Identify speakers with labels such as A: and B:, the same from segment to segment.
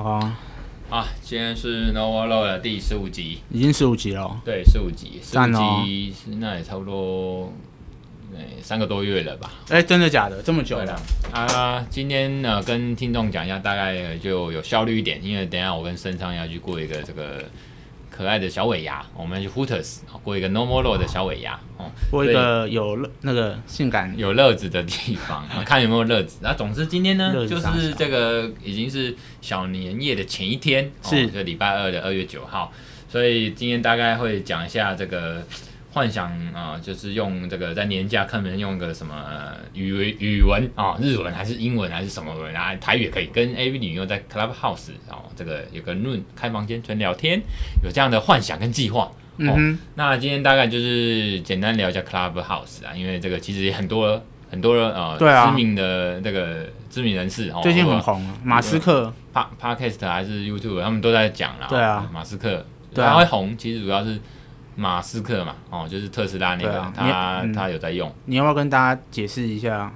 A: 啊
B: 哦
A: 天是 No More Road 的第十五集，
B: 已经十五集了哦，
A: 对，十五集，十
B: 赞
A: 五
B: 哦
A: 集是那也差不多，哎，三个多月了吧？
B: 哎，真的假的？这么久
A: 对了
B: 了？，
A: 啊，今天呢跟听众讲一下，大概呃就有效率一点，因为等一下我跟申昌要去过一个这个可爱的小尾牙，我们要去 Hooters 哦过一个 No More Road 的小尾牙哦。
B: 播一个有乐那个性感
A: 有乐子的地方， 啊看有没有乐子。那总之今天呢，
B: 乐子
A: 就
B: 大小
A: 是这个已经是小年夜的前一天，
B: 是
A: 哦、就礼拜二的二月九号，所以今天大概会讲一下这个幻想啊、就是用这个在年假看能用个什么、呃语文语文啊、日文还是英文还是什么文啊，台语也可以跟 AV 女优在 Clubhouse 哦，这个有个论开房间纯聊天，有这样的幻想跟计划。
B: 嗯
A: 哦
B: 哼，
A: 那今天大概就是简单聊一下 Clubhouse 啊，因为这个其实也很多很多呃
B: 对啊
A: 知名的这个知名人士哦，
B: 最近很红啊，马斯克
A: Pa Podcast 还是 YouTube，他们都在讲啦。
B: 对啊
A: 马斯克
B: 对啊
A: 他会红，其实主要是马斯克嘛，哦，就是特斯拉那
B: 对
A: 个，
B: 啊
A: 他、
B: 你嗯
A: 他有在用。
B: 你要不要跟大家解释一
A: 啊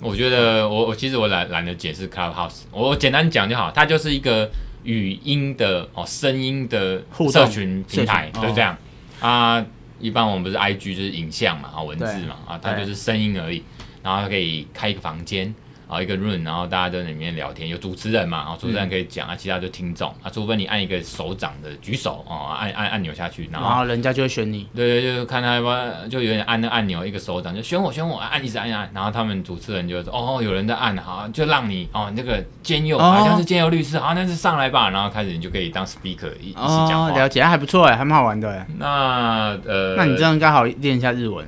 B: 下？
A: 我觉得我我其实我懒懒得解释 Clubhouse，我简单讲就好，它就是一个语音的哦声音的
B: 互动
A: 社群平台
B: 社，群
A: 就
B: 哦
A: 这样啊。一般我们不是 IG 就是影像嘛，啊文字嘛，啊它
B: 对
A: 就是声音而已，然后它可以开一个房间。啊，一个 room，然后大家在里面聊天，有主持人嘛，然后主持
B: 嗯
A: 人可以讲、啊，其他就听众啊，除非你按一个手掌的举手哦，按按按钮下去，然
B: 然
A: 后
B: 后人家就会选你，
A: 对对，就看他要不要，就有点按那按钮，一个手掌就选我选我，按一直按一直按，然后他们主持人就说哦，有人在按，好，就让你哦，那个兼佑、
B: 哦
A: 好像是兼佑律师，好，那就上来吧，然后开始你就可以当 speaker 一一起讲
B: 哦，
A: 话。
B: 了解，还不错哎，还蛮好玩的哎。
A: 那呃，
B: 那你这样应该好练一下日文。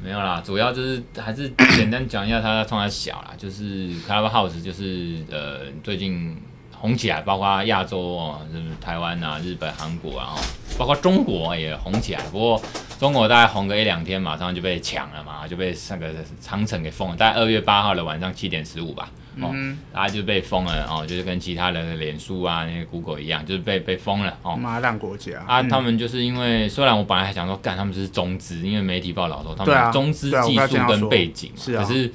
A: 没有啦，主要就是还是 简单讲一下它创它小啦，就是 Clubhouse 就是呃最近红起来，包括亚洲哦，就是台湾啊、日本、韩国啊，哦，包括中国也红起来。不过中国大概红个一两天，马上就被抢了嘛，就被那个长城给封了。大概二月八号的晚上七点十五吧，哦，
B: 嗯
A: 大家就被封了哦，就是跟其他的脸书啊、那个 Google 一样，就是被被封了哦
B: 哼，。妈烂国家
A: 啊，他们就是因为虽然我本来还想说，干他们是中资，因为媒体报道说他
B: 对啊
A: 们中资
B: 对啊我
A: 技
B: 刚才
A: 术
B: 正要
A: 跟
B: 说
A: 背景嘛，
B: 是啊
A: 可是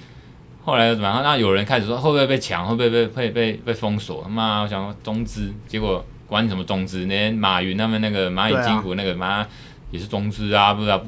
A: 后来又怎么样？那有人开始说会不会被抢，会不会被被被被封锁？妈，我想说中资，结果管你什么中资，连马云他们那个蚂
B: 对
A: 蚁
B: 啊
A: 金服那个妈、也是中资啊，不知道不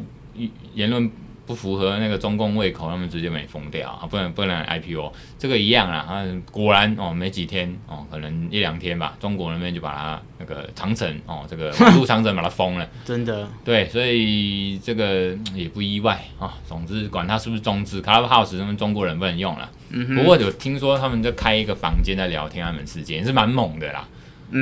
A: 言论不符合那个中共胃口，他们直接没封掉啊，不能不能 IPO，这个一样啦。啊，果然哦，没几天哦，可能一两天吧，中国那边就把它那个长城哦，这个网路长城把它封了。
B: 嗯真的
A: 对，所以这个嗯也不意外啊、总之，管它是不是中资，Clubhouse 他们中国人不能用了。不过有听说他们在开一个房间在聊天安门事件，也是蛮猛的啦。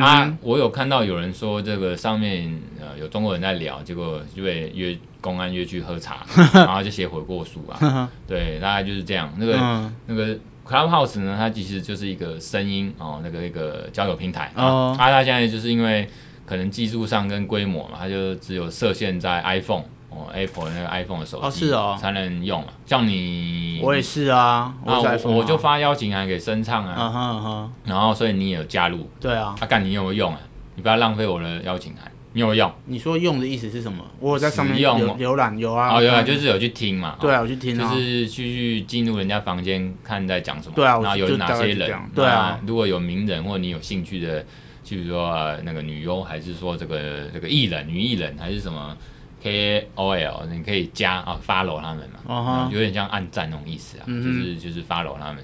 A: 啊，我有看到有人说这个上面呃有中国人在聊，结果就被约公安约去喝茶，然后就写悔过书啊。对，大概就是这样。那个、
B: 嗯
A: 那个 Clubhouse 呢，它其实就是一个声音哦，那个一个交友平台啊。
B: 哦
A: 啊，它现在就是因为可能技术上跟规模嘛，它就只有设限在 iPhone 哦，Apple 那个 iPhone 的手机
B: 哦是哦
A: 才能用嘛。像你，
B: 我也是啊，
A: 嗯啊，
B: 是
A: 我
B: iPhone 啊
A: 我就发邀请函给声唱啊，
B: 嗯哼嗯哼，
A: 然后所以你也有加入，
B: 对啊。
A: 啊，干你有没有用啊？你不要浪费我的邀请函，你有没有用？
B: 你说用的意思是什么？我有在上面
A: 使用
B: 浏浏览有啊，
A: 哦，有啊，
B: 嗯
A: 就是有去听嘛，
B: 对
A: 啊，
B: 啊，我去听
A: 就
B: 啊，
A: 是去去进入人家房间看在讲什么，
B: 对啊我
A: 然后有
B: 就
A: 哪
B: 大概
A: 些
B: 是这
A: 人
B: 样，对啊
A: 那如果有名人或你有兴趣的，譬如说、呃那个女优，还是说这个这个艺人、女艺人，还是什么 KOL，你可以加啊 follow 他们嘛，
B: 哦哈
A: 嗯有点像暗赞那种意思啊，
B: 嗯
A: 就是就是 follow 他们。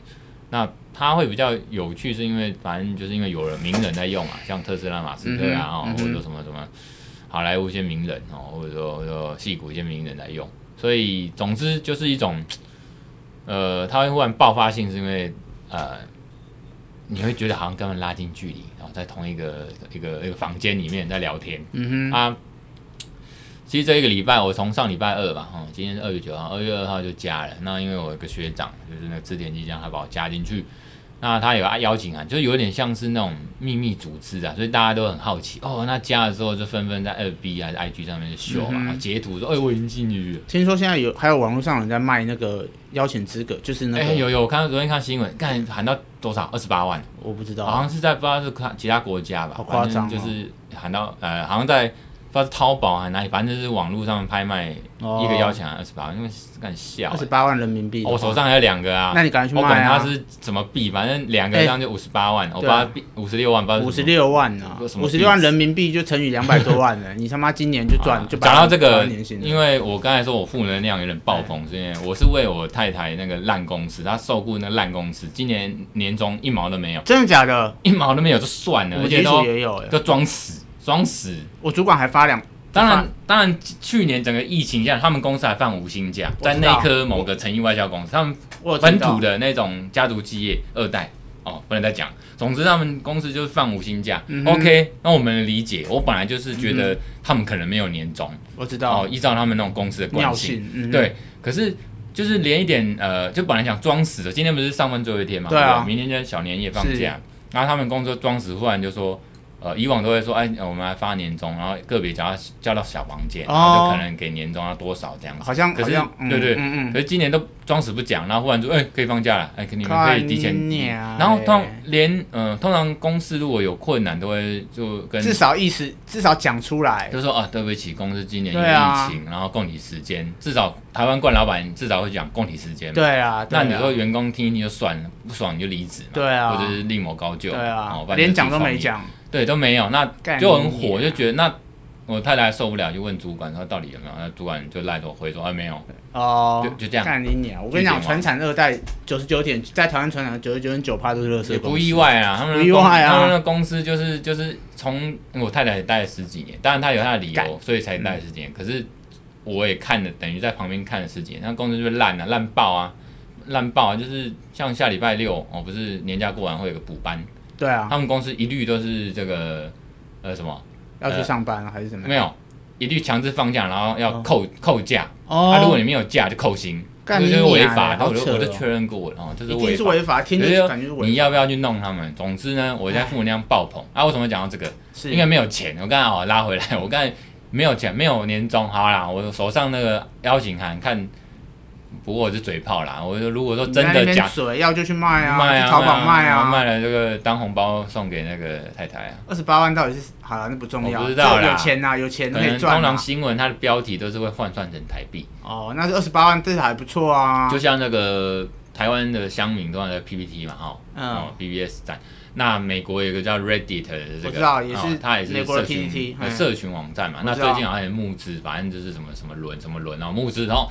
A: 那它会比较有趣，是因为反正就是因为有了名人在用啊，像特斯拉、马斯克啊，
B: 嗯哼
A: 哦，或者说什么什么好莱坞一些名人哦，或者说或者说戏骨一些名人来用，所以总之就是一种，呃，它会忽然爆发性，是因为呃，你会觉得好像跟他们拉近距离，然、后在同一个一个一个房间里面在聊天，
B: 嗯
A: 啊，其实这一个礼拜，我从上礼拜二吧，哈、今天是二月九号，二月二号就加了。那因为我有一个学长，就是那个织田机匠，他把我加进去。那他有邀请函，就有点像是那种秘密组织啊，所以大家都很好奇哦。那加了之后，就纷纷在二 B 还是 IG 上面就秀啊，
B: 嗯哼
A: 截图说：“哎、我已经进去了。
B: 哼，听说现在有还有网络上有人在卖那个邀请资格，就是那
A: 哎、
B: 个
A: 有有，我看到昨天看新闻，看喊到多少？二十八万，
B: 我不知
A: 好
B: 道，
A: 像是在不知道是看其他国家吧，
B: 好夸张
A: 反
B: 哦
A: 正就是喊到呃，好像在知道是淘宝还是哪里，反正就是网络上面拍卖，
B: 哦
A: 一个邀请啊函二十八，因为敢笑
B: 二十
A: 欸、
B: 八万人民币的话，
A: 我手上还有两个啊，
B: 那你赶快去
A: 我
B: 卖
A: 管
B: 啊
A: 他是怎么币，反正两个
B: 哎
A: 这样就五十八万，我
B: 对啊
A: 把五十六万，把
B: 五十六万啊，
A: 什么
B: 五十六万人民币就乘以两百多万 了，你他妈今年就赚就
A: 啊讲到这
B: 100
A: 个
B: 万年薪，了，哎
A: 因为我刚才说我负能量有点爆棚，是因为我是为我太太那个烂公司，她受雇那个烂公司，今年年终一毛都没有，
B: 真的假的？
A: 一毛都没有就算了，
B: 我
A: 而且
B: 基础
A: 都
B: 也有哎，
A: 都装死，装死。
B: 我主管还发两，
A: 当然，当然，去年整个疫情下，他们公司还放无薪假，
B: 我
A: 在
B: 知
A: 内
B: 道
A: 科某个成衣外销公司，他们
B: 我有听
A: 本
B: 到
A: 土，的那种家族企业二代哦，不能再讲。总之，他们公司就是放无薪假、
B: 嗯哼
A: o k 那我们理解。我本来就是觉得他们可能没有年终、
B: 我知
A: 哦
B: 道，
A: 依照他们那种公司的惯
B: 尿
A: 性，
B: 性，嗯，
A: 对，可是就是连一点呃，就本来想装死的，今天不是上班最后一天嘛，
B: 对
A: 不
B: 啊
A: 明天就小年夜放
B: 是
A: 假，然后他们工作装死，忽然就说。呃，以往都会说，哎，我们来发年终，然后个别叫他叫到小房间，
B: 哦
A: 然后就可能给年终要多少这样子。
B: 好像
A: 可
B: 好
A: 是
B: 像，嗯
A: 对对，
B: 嗯嗯，
A: 可是今年都装死不讲，然后忽然说，哎、可以放假了，哎、你们可以提前
B: 看
A: 提。
B: 呀
A: 然后
B: 嘞
A: 通常连呃，通常公司如果有困难，都会就跟
B: 至少意思至少讲出来，
A: 就说啊，对不起，公司今年有
B: 对啊
A: 疫情，然后供体时间，至少台湾冠老板至少会讲供体时间嘛。
B: 对啊，对
A: 那
B: 啊
A: 你说员工听一听就算了，不爽你就离职嘛，
B: 对啊
A: 或者是另谋高就，
B: 对
A: 哦
B: 啊，
A: 不然就
B: 连
A: 自己
B: 讲都
A: 创
B: 没
A: 业，
B: 讲，
A: 对，都没有，那
B: 干
A: 就很
B: 你
A: 火，就觉得那我太太受不了，就问主管说到底有没有，那主管就赖着我回说啊没有，
B: 哦，
A: 就就这样
B: 干你娘！我跟你
A: 据点
B: 讲，
A: 王
B: 船产二代九十九点，在台湾船产九十九点九趴都是乐色
A: 也
B: 公
A: 不
B: 司，
A: 意外啊，他们
B: 不
A: 那
B: 意
A: 公
B: 外啊
A: 他们那公司就是就是从我太太也待了十几年，当然她有她的理
B: 干嗯
A: 由，所以才待了十几年。可是我也看了，等于在旁边看了十几年，那公司就是烂啊，烂爆啊，烂爆啊！就是像下礼拜六，哦，不是年假过完会有个补班，
B: 对啊，
A: 他们公司一律都是这个呃什么
B: 要去上班啊还是怎么
A: 没
B: 样？
A: 有，一律强制放假，然后要扣、扣假，
B: 哦
A: 啊，如果你没有假就扣薪，这
B: 干
A: 就是
B: 你
A: 违
B: 娘
A: 法
B: 嘞
A: 的，我
B: 好
A: 就
B: 扯
A: 我就
B: 哦
A: 确认过了，哦，这是
B: 一
A: 违
B: 定是
A: 法。
B: 违法，听
A: 就
B: 着
A: 是
B: 就
A: 说
B: 感觉是
A: 你
B: 违法。
A: 要不要去弄他们？总之呢，我在负能量爆棚啊！为什么讲到这个？
B: 是
A: 因为没有钱。我刚才我拉回来， 我刚才没有钱，没有年终。好啦，我手上那个邀请函看，不过我是嘴炮啦。我就如果说真的假
B: 水要就去卖啊，
A: 卖啊，
B: 去淘宝
A: 卖然后
B: 啊。
A: 卖了这个当红包送给那个太太啊。
B: 二十八万到底是好了，那不重要，
A: 我不知道啦
B: 这有钱呐，有钱
A: 可
B: 可以
A: 能通
B: 赚
A: 常
B: 啊。
A: 新闻它的标题都是会换算成台币，
B: 哦，那是二十八万，这还不错啊
A: 就。像那个台湾的乡民都在 PPT 嘛，哈，
B: 嗯，
A: 哦，BBS 站。那美国有一个叫 Reddit 的这个，
B: 我知道也是
A: 哦它也是
B: 美国的
A: 社群
B: PPT
A: 呃
B: 嗯
A: 社群网站嘛。那
B: 我知
A: 最
B: 道
A: 近好像也募资，反正就是什么什么轮什么轮，然后募资，然后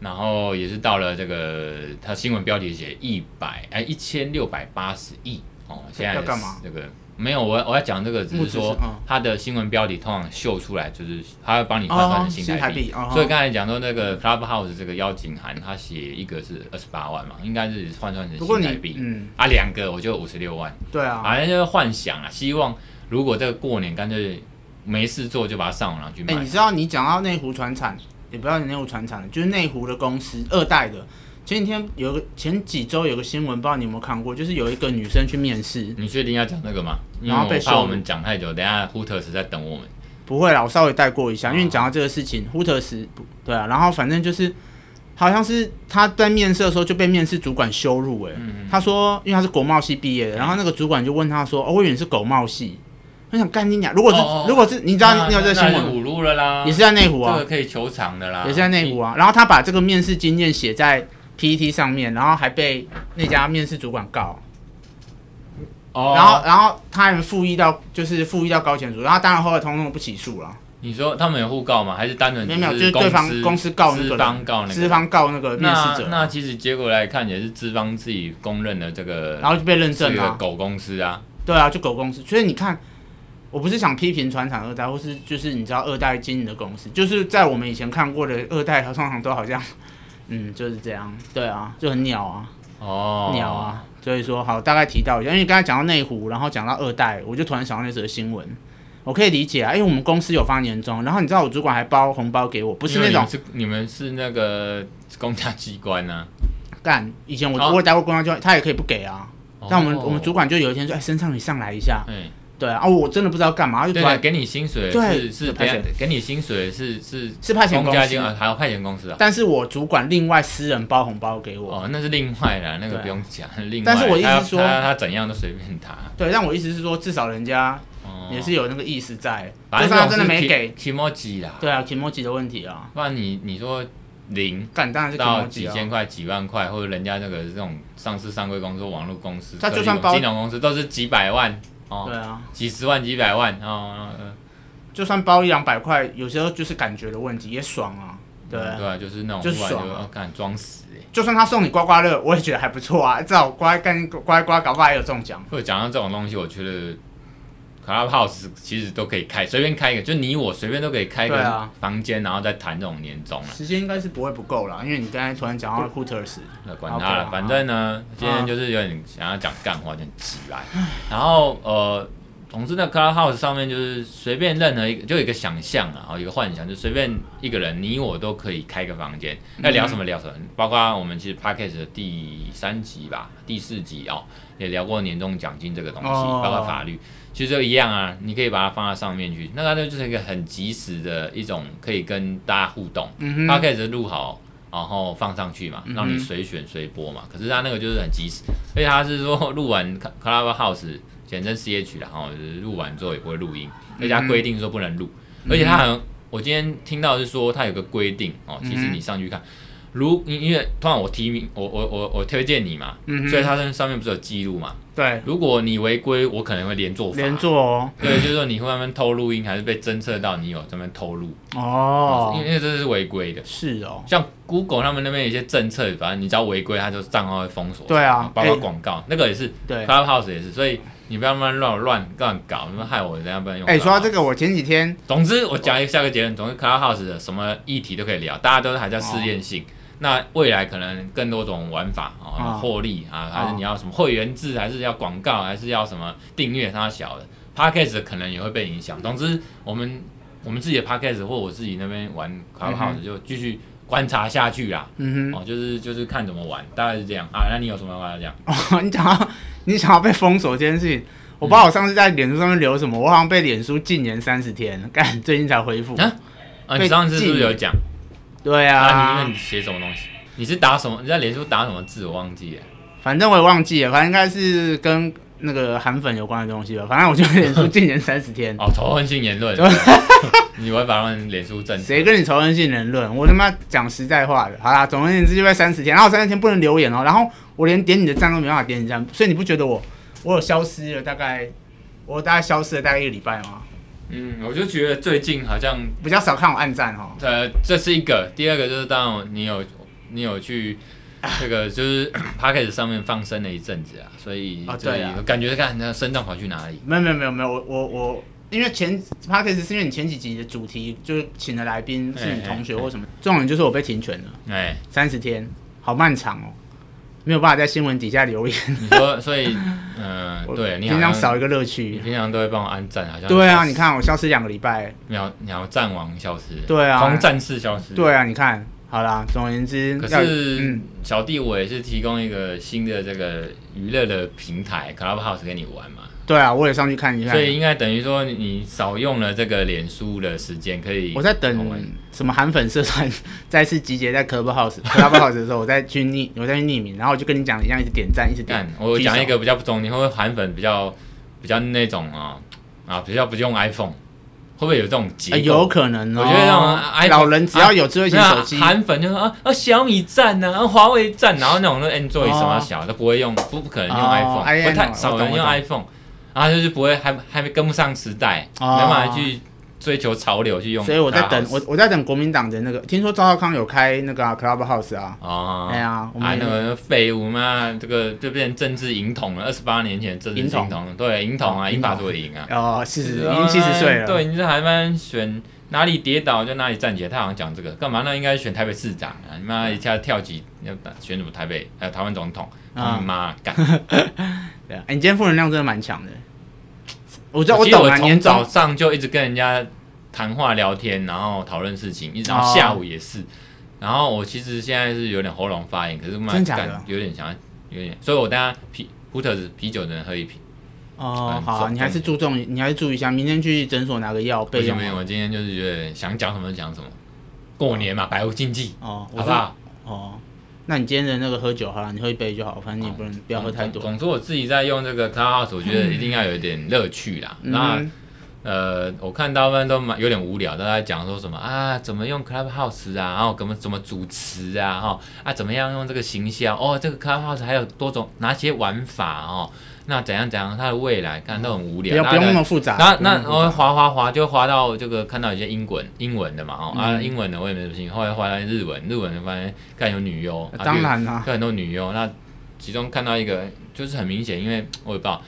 A: 然后也是到了这个，它新闻标题
B: 嗯
A: 写一百哎一千六百八十亿哦，现在
B: 要干嘛
A: 这个没有，我我要讲这个只
B: 募
A: 是
B: 资是
A: 说
B: 嗯
A: 它的新闻标题通常秀出来，就是它会帮你换算
B: 哦
A: 成，新
B: 新台
A: 台币。
B: 币，哦
A: 所以刚才讲说那个 Clubhouse 这个邀请函，它写一个是二十八万嘛，应该是换算成
B: 不过
A: 新
B: 你
A: 台币。
B: 嗯，
A: 啊，两个我就五十六万，
B: 对啊。
A: 反正就是幻想啊，希望如果这个过年干脆没事做，就把它上网拿去卖
B: 哎，。你知道你讲到内湖船产，也不要讲内湖船产了，就是内湖的公司二代的。前几天有个前几周有个新闻，不知道你有没有看过，就是有一个女生去面试，
A: 你确定要讲那个吗？因为
B: 然后被
A: 我
B: 羞
A: 怕
B: 辱
A: 我们讲太久，等一下 Hooters 在等我们。
B: 不会啦，我稍微带过一下，因为你讲到这个事情，胡特斯不对啊，然后反正就是好像是他在面试的时候就被面试主管羞辱、
A: 嗯
B: 欸，他说因为他是国贸系毕业的，然后那个主管就问他说，哦，我以为你是狗贸系，我想干你娘，如果是、
A: 哦哦哦
B: 如果是你知道你有这个
A: 那
B: 新
A: 那就
B: 闻，
A: 五路了啦，
B: 也是在内
A: 这
B: 湖啊
A: 个，可以求偿的啦，
B: 也是在内湖啊，然后他把这个面试经验写在 PPT 上面，然后还被那家面试主管告。
A: 哦。
B: 然后，然后他还复议到，就是复议到高检署，然后当然后来通通不起诉了，
A: 你说他们有互告吗？还是单纯
B: 没
A: 只
B: 有没有，就是是对方公司告那个
A: 资
B: 人
A: 方告那个
B: 资方告那个面
A: 那
B: 试者，
A: 那其实结果来看，也是资方自己公认的这个
B: 然后就被认
A: 是
B: 证
A: 一个
B: 啊，
A: 狗公司啊。
B: 对啊，就狗公司。所以你看，我不是想批评传产二代，或是就是你知道二代经营的公司，就是在我们以前看过的二代，通常都好像，嗯，就是这样，对啊，就很鸟啊，
A: 哦，
B: 鸟啊。所以说，好，大概提到一下，因为刚才讲到内湖，然后讲到二代，我就突然想到那则新闻。我可以理解啊，因为我们公司有发年终，然后你知道我主管还包红包给我，不是
A: 因为你
B: 那种
A: 们是你们是那个公家机关啊 呐、
B: 干。以前我
A: 哦
B: 我有待过公交，他也可以不给啊。
A: 啊。
B: 但我们
A: 哦
B: 我们主管就有一天说，哎，身上你上来一下，
A: 哎，
B: 对啊，我真的不知道干嘛，就突
A: 对啊，
B: 然
A: 给你薪水
B: 对
A: 是是
B: 派遣
A: 给给你薪水是是
B: 是派遣
A: 公
B: 公
A: 家机
B: 司，
A: 关，还有派遣公司啊。
B: 但是我主管另外私人包红包给我。
A: 哦，那是另外啦，那个
B: 对啊
A: 不用讲。另外，
B: 但是我意思
A: 他
B: 是说
A: 他他怎样都随便他。
B: 对，但我意思是说，至少人家
A: 哦
B: 也是有那个意思在，
A: 反正
B: 但
A: 这
B: 是他
A: 种
B: 真的没给。
A: 提莫吉啦，
B: 对啊 k i m o j i 的问题啊，
A: 不然你你说零
B: 干当然是 k i m
A: 到
B: o j
A: 几
B: i
A: 千
B: 啊。
A: 块、几万块，或者人家这个这种上市上柜公司、网络公司，
B: 他就
A: 科技
B: 算
A: 公
B: 包
A: 金融公司都是几百万哦
B: 对，啊，
A: 几十万、几百万哦，呃
B: 就算包一两百块，有时候就是感觉的问题，也爽啊。对，
A: 对啊，就是那种
B: 就是
A: 忽然就
B: 爽啊
A: 哦干装死欸
B: 就算他送你刮刮乐，我也觉得还不错啊。至少刮干刮一刮，搞不好还有中奖。
A: 或者讲到这种东西，我觉得 Clubhouse 其实都可以开，随便开一个，就你我随便都可以开一
B: 对
A: 个
B: 啊
A: 房间，然后再谈这种年终了。啊
B: 时间应该是不会不够啦，因为你刚才突然讲到 Hooters，
A: 那管他
B: OK 啊
A: 了，反正呢，今天就是有点想要讲干话，有点急来。然后呃，总之呢，Clubhouse 上面就是随便任何一个，就有一个想象啊，哦一个幻想，就随便一个人，你我都可以开个房间，要聊什么聊什么，包括我们其实 Podcast 的第三集吧，第四集哦，也聊过年终奖金这个东西，
B: 哦
A: 包括法律。其实都一样啊，你可以把它放到上面去，那它就是一个很及时的一种可以跟大家互动。
B: 嗯哼，
A: podcast 录好，然后放上去嘛，
B: 嗯哼
A: 让你随选随播嘛。可是他那个就是很及时，而且他是说录完 Clubhouse 简称 CH 然后就是录完之后也不会录音，而且他规定说不能录，
B: 嗯
A: 而且他好像我今天听到是说他有个规定哦，
B: 嗯
A: 其实你上去看。如因因为通常我提名我我我我推荐你嘛，
B: 嗯哼
A: 所以他上上面不是有记录嘛？
B: 对，
A: 如果你违规，我可能会连坐法。
B: 连坐哦，
A: 对，就是说你会慢慢偷录音，还是被侦测到你有这边偷录，因
B: 哦，
A: 为因为这是违规的。
B: 是哦，
A: 像 Google 他们那边有一些政策，反正你只要违规，它就账号会封锁。
B: 对啊
A: 包括
B: 哎
A: 广告、那个也是
B: 对。
A: ，Clubhouse 也是，所以你不要慢慢乱乱乱搞，那么害我等下不能用。
B: 哎、说到这，个，我前几天
A: 总之我讲一下个结论，总之 Clubhouse 的什么议题都可以聊，大家都还在试验性。那未来可能更多种玩法
B: 哦
A: 啊，获利啊，还
B: 哦
A: 是你要什么会员制，还是要广告，还是要什么订阅？它小的 Podcast 可能也会被影响。总之，我们我们自己的 Podcast 或我自己那边玩
B: 嗯
A: Clubhouse 就继续观察下去啦。
B: 嗯
A: 哦，就是就是看怎么玩，大概是这样啊。那你有什么话要讲？
B: 哼， 哦，你讲到你想要被封锁这件事情，我不知道我上次在脸书上面留什么，我好像被脸书禁言三十天，干最近才恢复。
A: 啊啊，
B: 被
A: 你上次是不是
B: 禁
A: 有讲？
B: 对
A: 啊，你那
B: 啊
A: 你，写什么东西？你是打什么？你在脸书打什么字？我忘记了。
B: 反正我也忘记了，反正应该是跟那个韩粉有关的东西吧。反正我就脸书禁言三十 天，
A: 哦，仇恨性言论， 你违反了脸书政策。
B: 谁跟你仇恨性言论？我他妈讲实在话的。好啦，总而言之就在三十天，然后三十天不能留言哦，然后我连点你的赞都没办法点你赞，所以你不觉得我我有消失了大概，我大概消失了大概一个礼拜吗？
A: 嗯，我就觉得最近好像
B: 比较少看我暗赞哦。
A: 呃，这是一个，第二个就是当然你有你有去。这个就是 p a c k a g e 上面放生了一阵子啊，所以
B: 哦
A: 这里
B: 对啊
A: 我感觉看那声浪跑去哪里？
B: 没有没有没有没有，我我我，因为前 p a c k a g e 是因为你前几集的主题就是请的来宾是你同学或什么，重点就是我被停权了
A: 哎，
B: 三十天，好漫长哦，没有办法在新闻底下留言，
A: 你说，所以，嗯、
B: 我
A: 对你好
B: 平常
A: 像
B: 少一个乐
A: 你
B: 趣。
A: 平常都会帮我按赞，好像
B: 对啊，你看我消失两个礼拜。
A: 秒秒战王消失，
B: 对啊
A: 狂战士消失，
B: 对啊，你看，好啦，总而言之，
A: 可
B: 要
A: 是
B: 嗯，
A: 小弟我也是提供一个新的这个娱乐的平台 Clubhouse 给你玩嘛，
B: 对啊，我也上去看一下。
A: 所以应该等于说你你少用了这个脸书的时间，可以
B: 我在
A: 我们
B: 等什么韩粉社团再次集结 在 Clubhouse Clubhouse 的时候，我再去匿，我再去匿名，然后我就跟你讲一样，一直点赞，一直点
A: 干。我
B: 举手
A: 讲一个比较不中，你会不会韩粉比较比较那种啊啊比较不用 iPhone，会不会有这种结
B: 呃，
A: 构？
B: 有可能哦。
A: 我觉得那种 iPhone-
B: 老人只要有智慧
A: 没
B: 型
A: 有
B: 手
A: 啊
B: 机，
A: 韩粉就说啊啊小米赞呐，啊华为赞，然后那种那 Android
B: 哦
A: 什么小都不会用，不不可能用
B: 哦
A: iPhone，
B: 哎呀
A: 不太
B: 我
A: 少
B: 懂
A: 人
B: 我
A: 用
B: 懂
A: iPhone，然后就是不会还还没跟不上时代，没
B: 哦
A: 办法去追求潮流去用 Clubhouse。
B: 所以我在等我我在等国民党的那个，听说赵少康有开那个啊 Clubhouse 啊，
A: 哦，
B: 哎呀，我
A: 啊，
B: 们
A: 那个废物嘛，这个就变成政治银童了。二十八年前政治
B: 银
A: 银
B: 童
A: 童，对银童啊，
B: 哦
A: 银发族的银啊，
B: 哦，四十已经七十岁了，
A: 对，你这还蛮选哪里跌倒就哪里站起来。他好像讲这个干嘛呢？应该选台北市长啊！你妈一下跳级，要打选什么台北？还有台湾总统？
B: 啊
A: 你妈干！
B: 对啊，哎你今天负能量真的蛮强的。我知道，
A: 我
B: 我
A: 记得
B: 懂
A: 我
B: 啊，
A: 从
B: 年
A: 早
B: 终
A: 上就一直跟人家谈话聊天，然后讨论事情，一直到
B: 哦
A: 下午也是。然后我其实现在是有点喉咙发炎，可是妈
B: 真假的
A: 干有点想要，有点，所以我等下啤胡特子啤酒只能喝一瓶。
B: 哦
A: 嗯，
B: 好
A: 重
B: 啊，你还是注重，你还是注意一下，明天去诊所拿个药
A: 不
B: 备
A: 行
B: 用
A: 不行，
B: 啊。
A: 我今天就是觉得想讲什么就讲什么，过年嘛，百无禁忌，
B: 哦，我
A: 好不
B: 说
A: 好？
B: 哦，那你今天的那个喝酒好了，你喝一杯就好，反正你也不能
A: 哦
B: 不要喝太
A: 嗯总
B: 多。
A: 总之我自己在用这个 Clubhouse，我觉得一定要有一点乐趣啦。那
B: 嗯，
A: 呃，我看大部分都蛮有点无聊，都在讲说什么啊，怎么用 Clubhouse 啊，然后怎么怎么主持啊，哈啊，怎么样用这个行销哦，这个 Clubhouse 还有多种哪些玩法哦，那怎样怎样它的未来，看都很无
B: 不
A: 聊，
B: 要
A: 大
B: 不
A: 家
B: 用那
A: 都
B: 么复杂。嗯
A: 那哦
B: 不用
A: 那
B: 么复杂
A: 我滑滑滑就滑到这个看到一些英文英文的嘛哦、啊英文的我也没什么兴趣，后来滑到日文，日文发现看有女优，啊
B: 嗯当然啦、
A: 就有很多女优，那其中看到一个就是很明显，因为我也不知道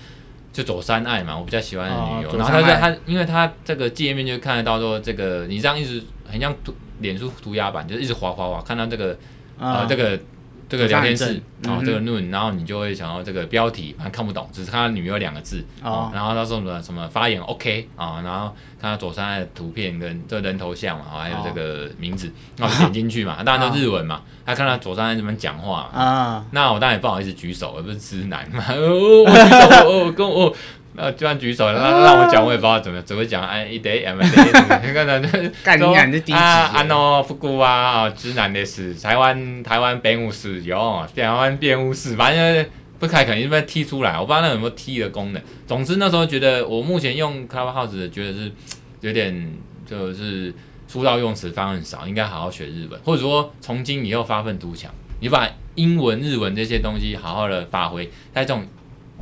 A: 就走山爱嘛，我比较喜欢的女优，
B: 哦
A: 然后她
B: 走山爱
A: 在她因为她这个界面就看得到说这个你这样一直很像涂脸书涂鸦版，就是一直滑滑滑看到这个啊、
B: 啊
A: 这个这个聊天
B: 走上
A: 室
B: 一，阵
A: 然后这个
B: 嗯
A: noon，然后你就会想到这个标题，反正看不懂，只是看到女优两个字，
B: 哦
A: 哦，然后他说什么什么发言 OK 啊、然后看到左上的图片跟这人头像嘛，啊还有这
B: 哦
A: 个名字，那我就点进去嘛，当然都日文嘛，他看到左上在这边讲话嘛，
B: 啊，
A: 那我当然也不好意思举手，我不是直男嘛，哦，我举手，我我跟我。那就算举手，让让我讲，我也不知道怎么，只会讲哎一 day m a day，你看他
B: 干你娘这第一集耶
A: 啊，安诺复古啊，直男的事，台湾台湾辩护室有，台湾辩护室，反正不开肯定被踢出来，我不知道那有没有踢的功能。总之那时候觉得，我目前用 Clubhouse 的觉得是有点就是出道用词方很少，应该好好学日文，或者说从今以后发愤图强，你把英文、日文这些东西好好的发挥，在这种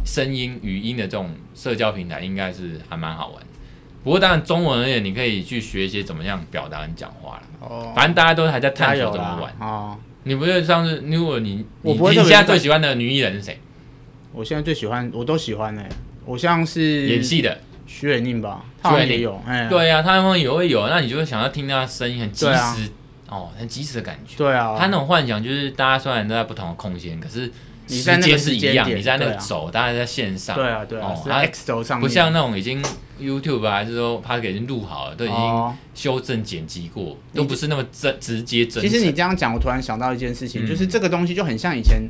A: 声音、语音的这种社交平台，应该是还蛮好玩的。不过当然，中文而言，你可以去学一些怎么样表达跟讲话啦。
B: 哦，
A: 反正大家都还在探
B: 加
A: 索
B: 油
A: 怎
B: 啦
A: 么玩。！
B: 哦，
A: 你不是上次，如果你
B: 我
A: 你
B: 不会
A: 你
B: 特
A: 现在
B: 别去看
A: 最喜欢的女艺人是谁？
B: 我现在最喜欢，我都喜欢哎、我像
A: 演
B: 是
A: 戏的。
B: 徐远宁吧，他好像
A: 徐伟
B: 也
A: 宁
B: 有，哎、
A: 对呀、啊，他们也会有，那你就会想要听到她声音很及
B: 对啊
A: 时，哦，很及时的感觉。
B: 对啊，
A: 他那种幻想就是大家虽然都在不同的空间，可是
B: 你在那个
A: 间
B: 时
A: 是
B: 间
A: 一样，
B: 点
A: 你在那
B: 对
A: 个
B: 啊
A: 走，大家在线上，
B: 对啊，对啊，
A: 哦
B: 是
A: 啊
B: X 轴上面，
A: 不像那种已经 YouTube 啊，还是说 p o d c a s 已经录好了，都已经
B: 哦
A: 修正剪辑过，
B: 你
A: 都不是那么真直接真
B: 其
A: 诚。
B: 实你这样讲，我突然想到一件事
A: 嗯
B: 情，就是这个东西就很像以前，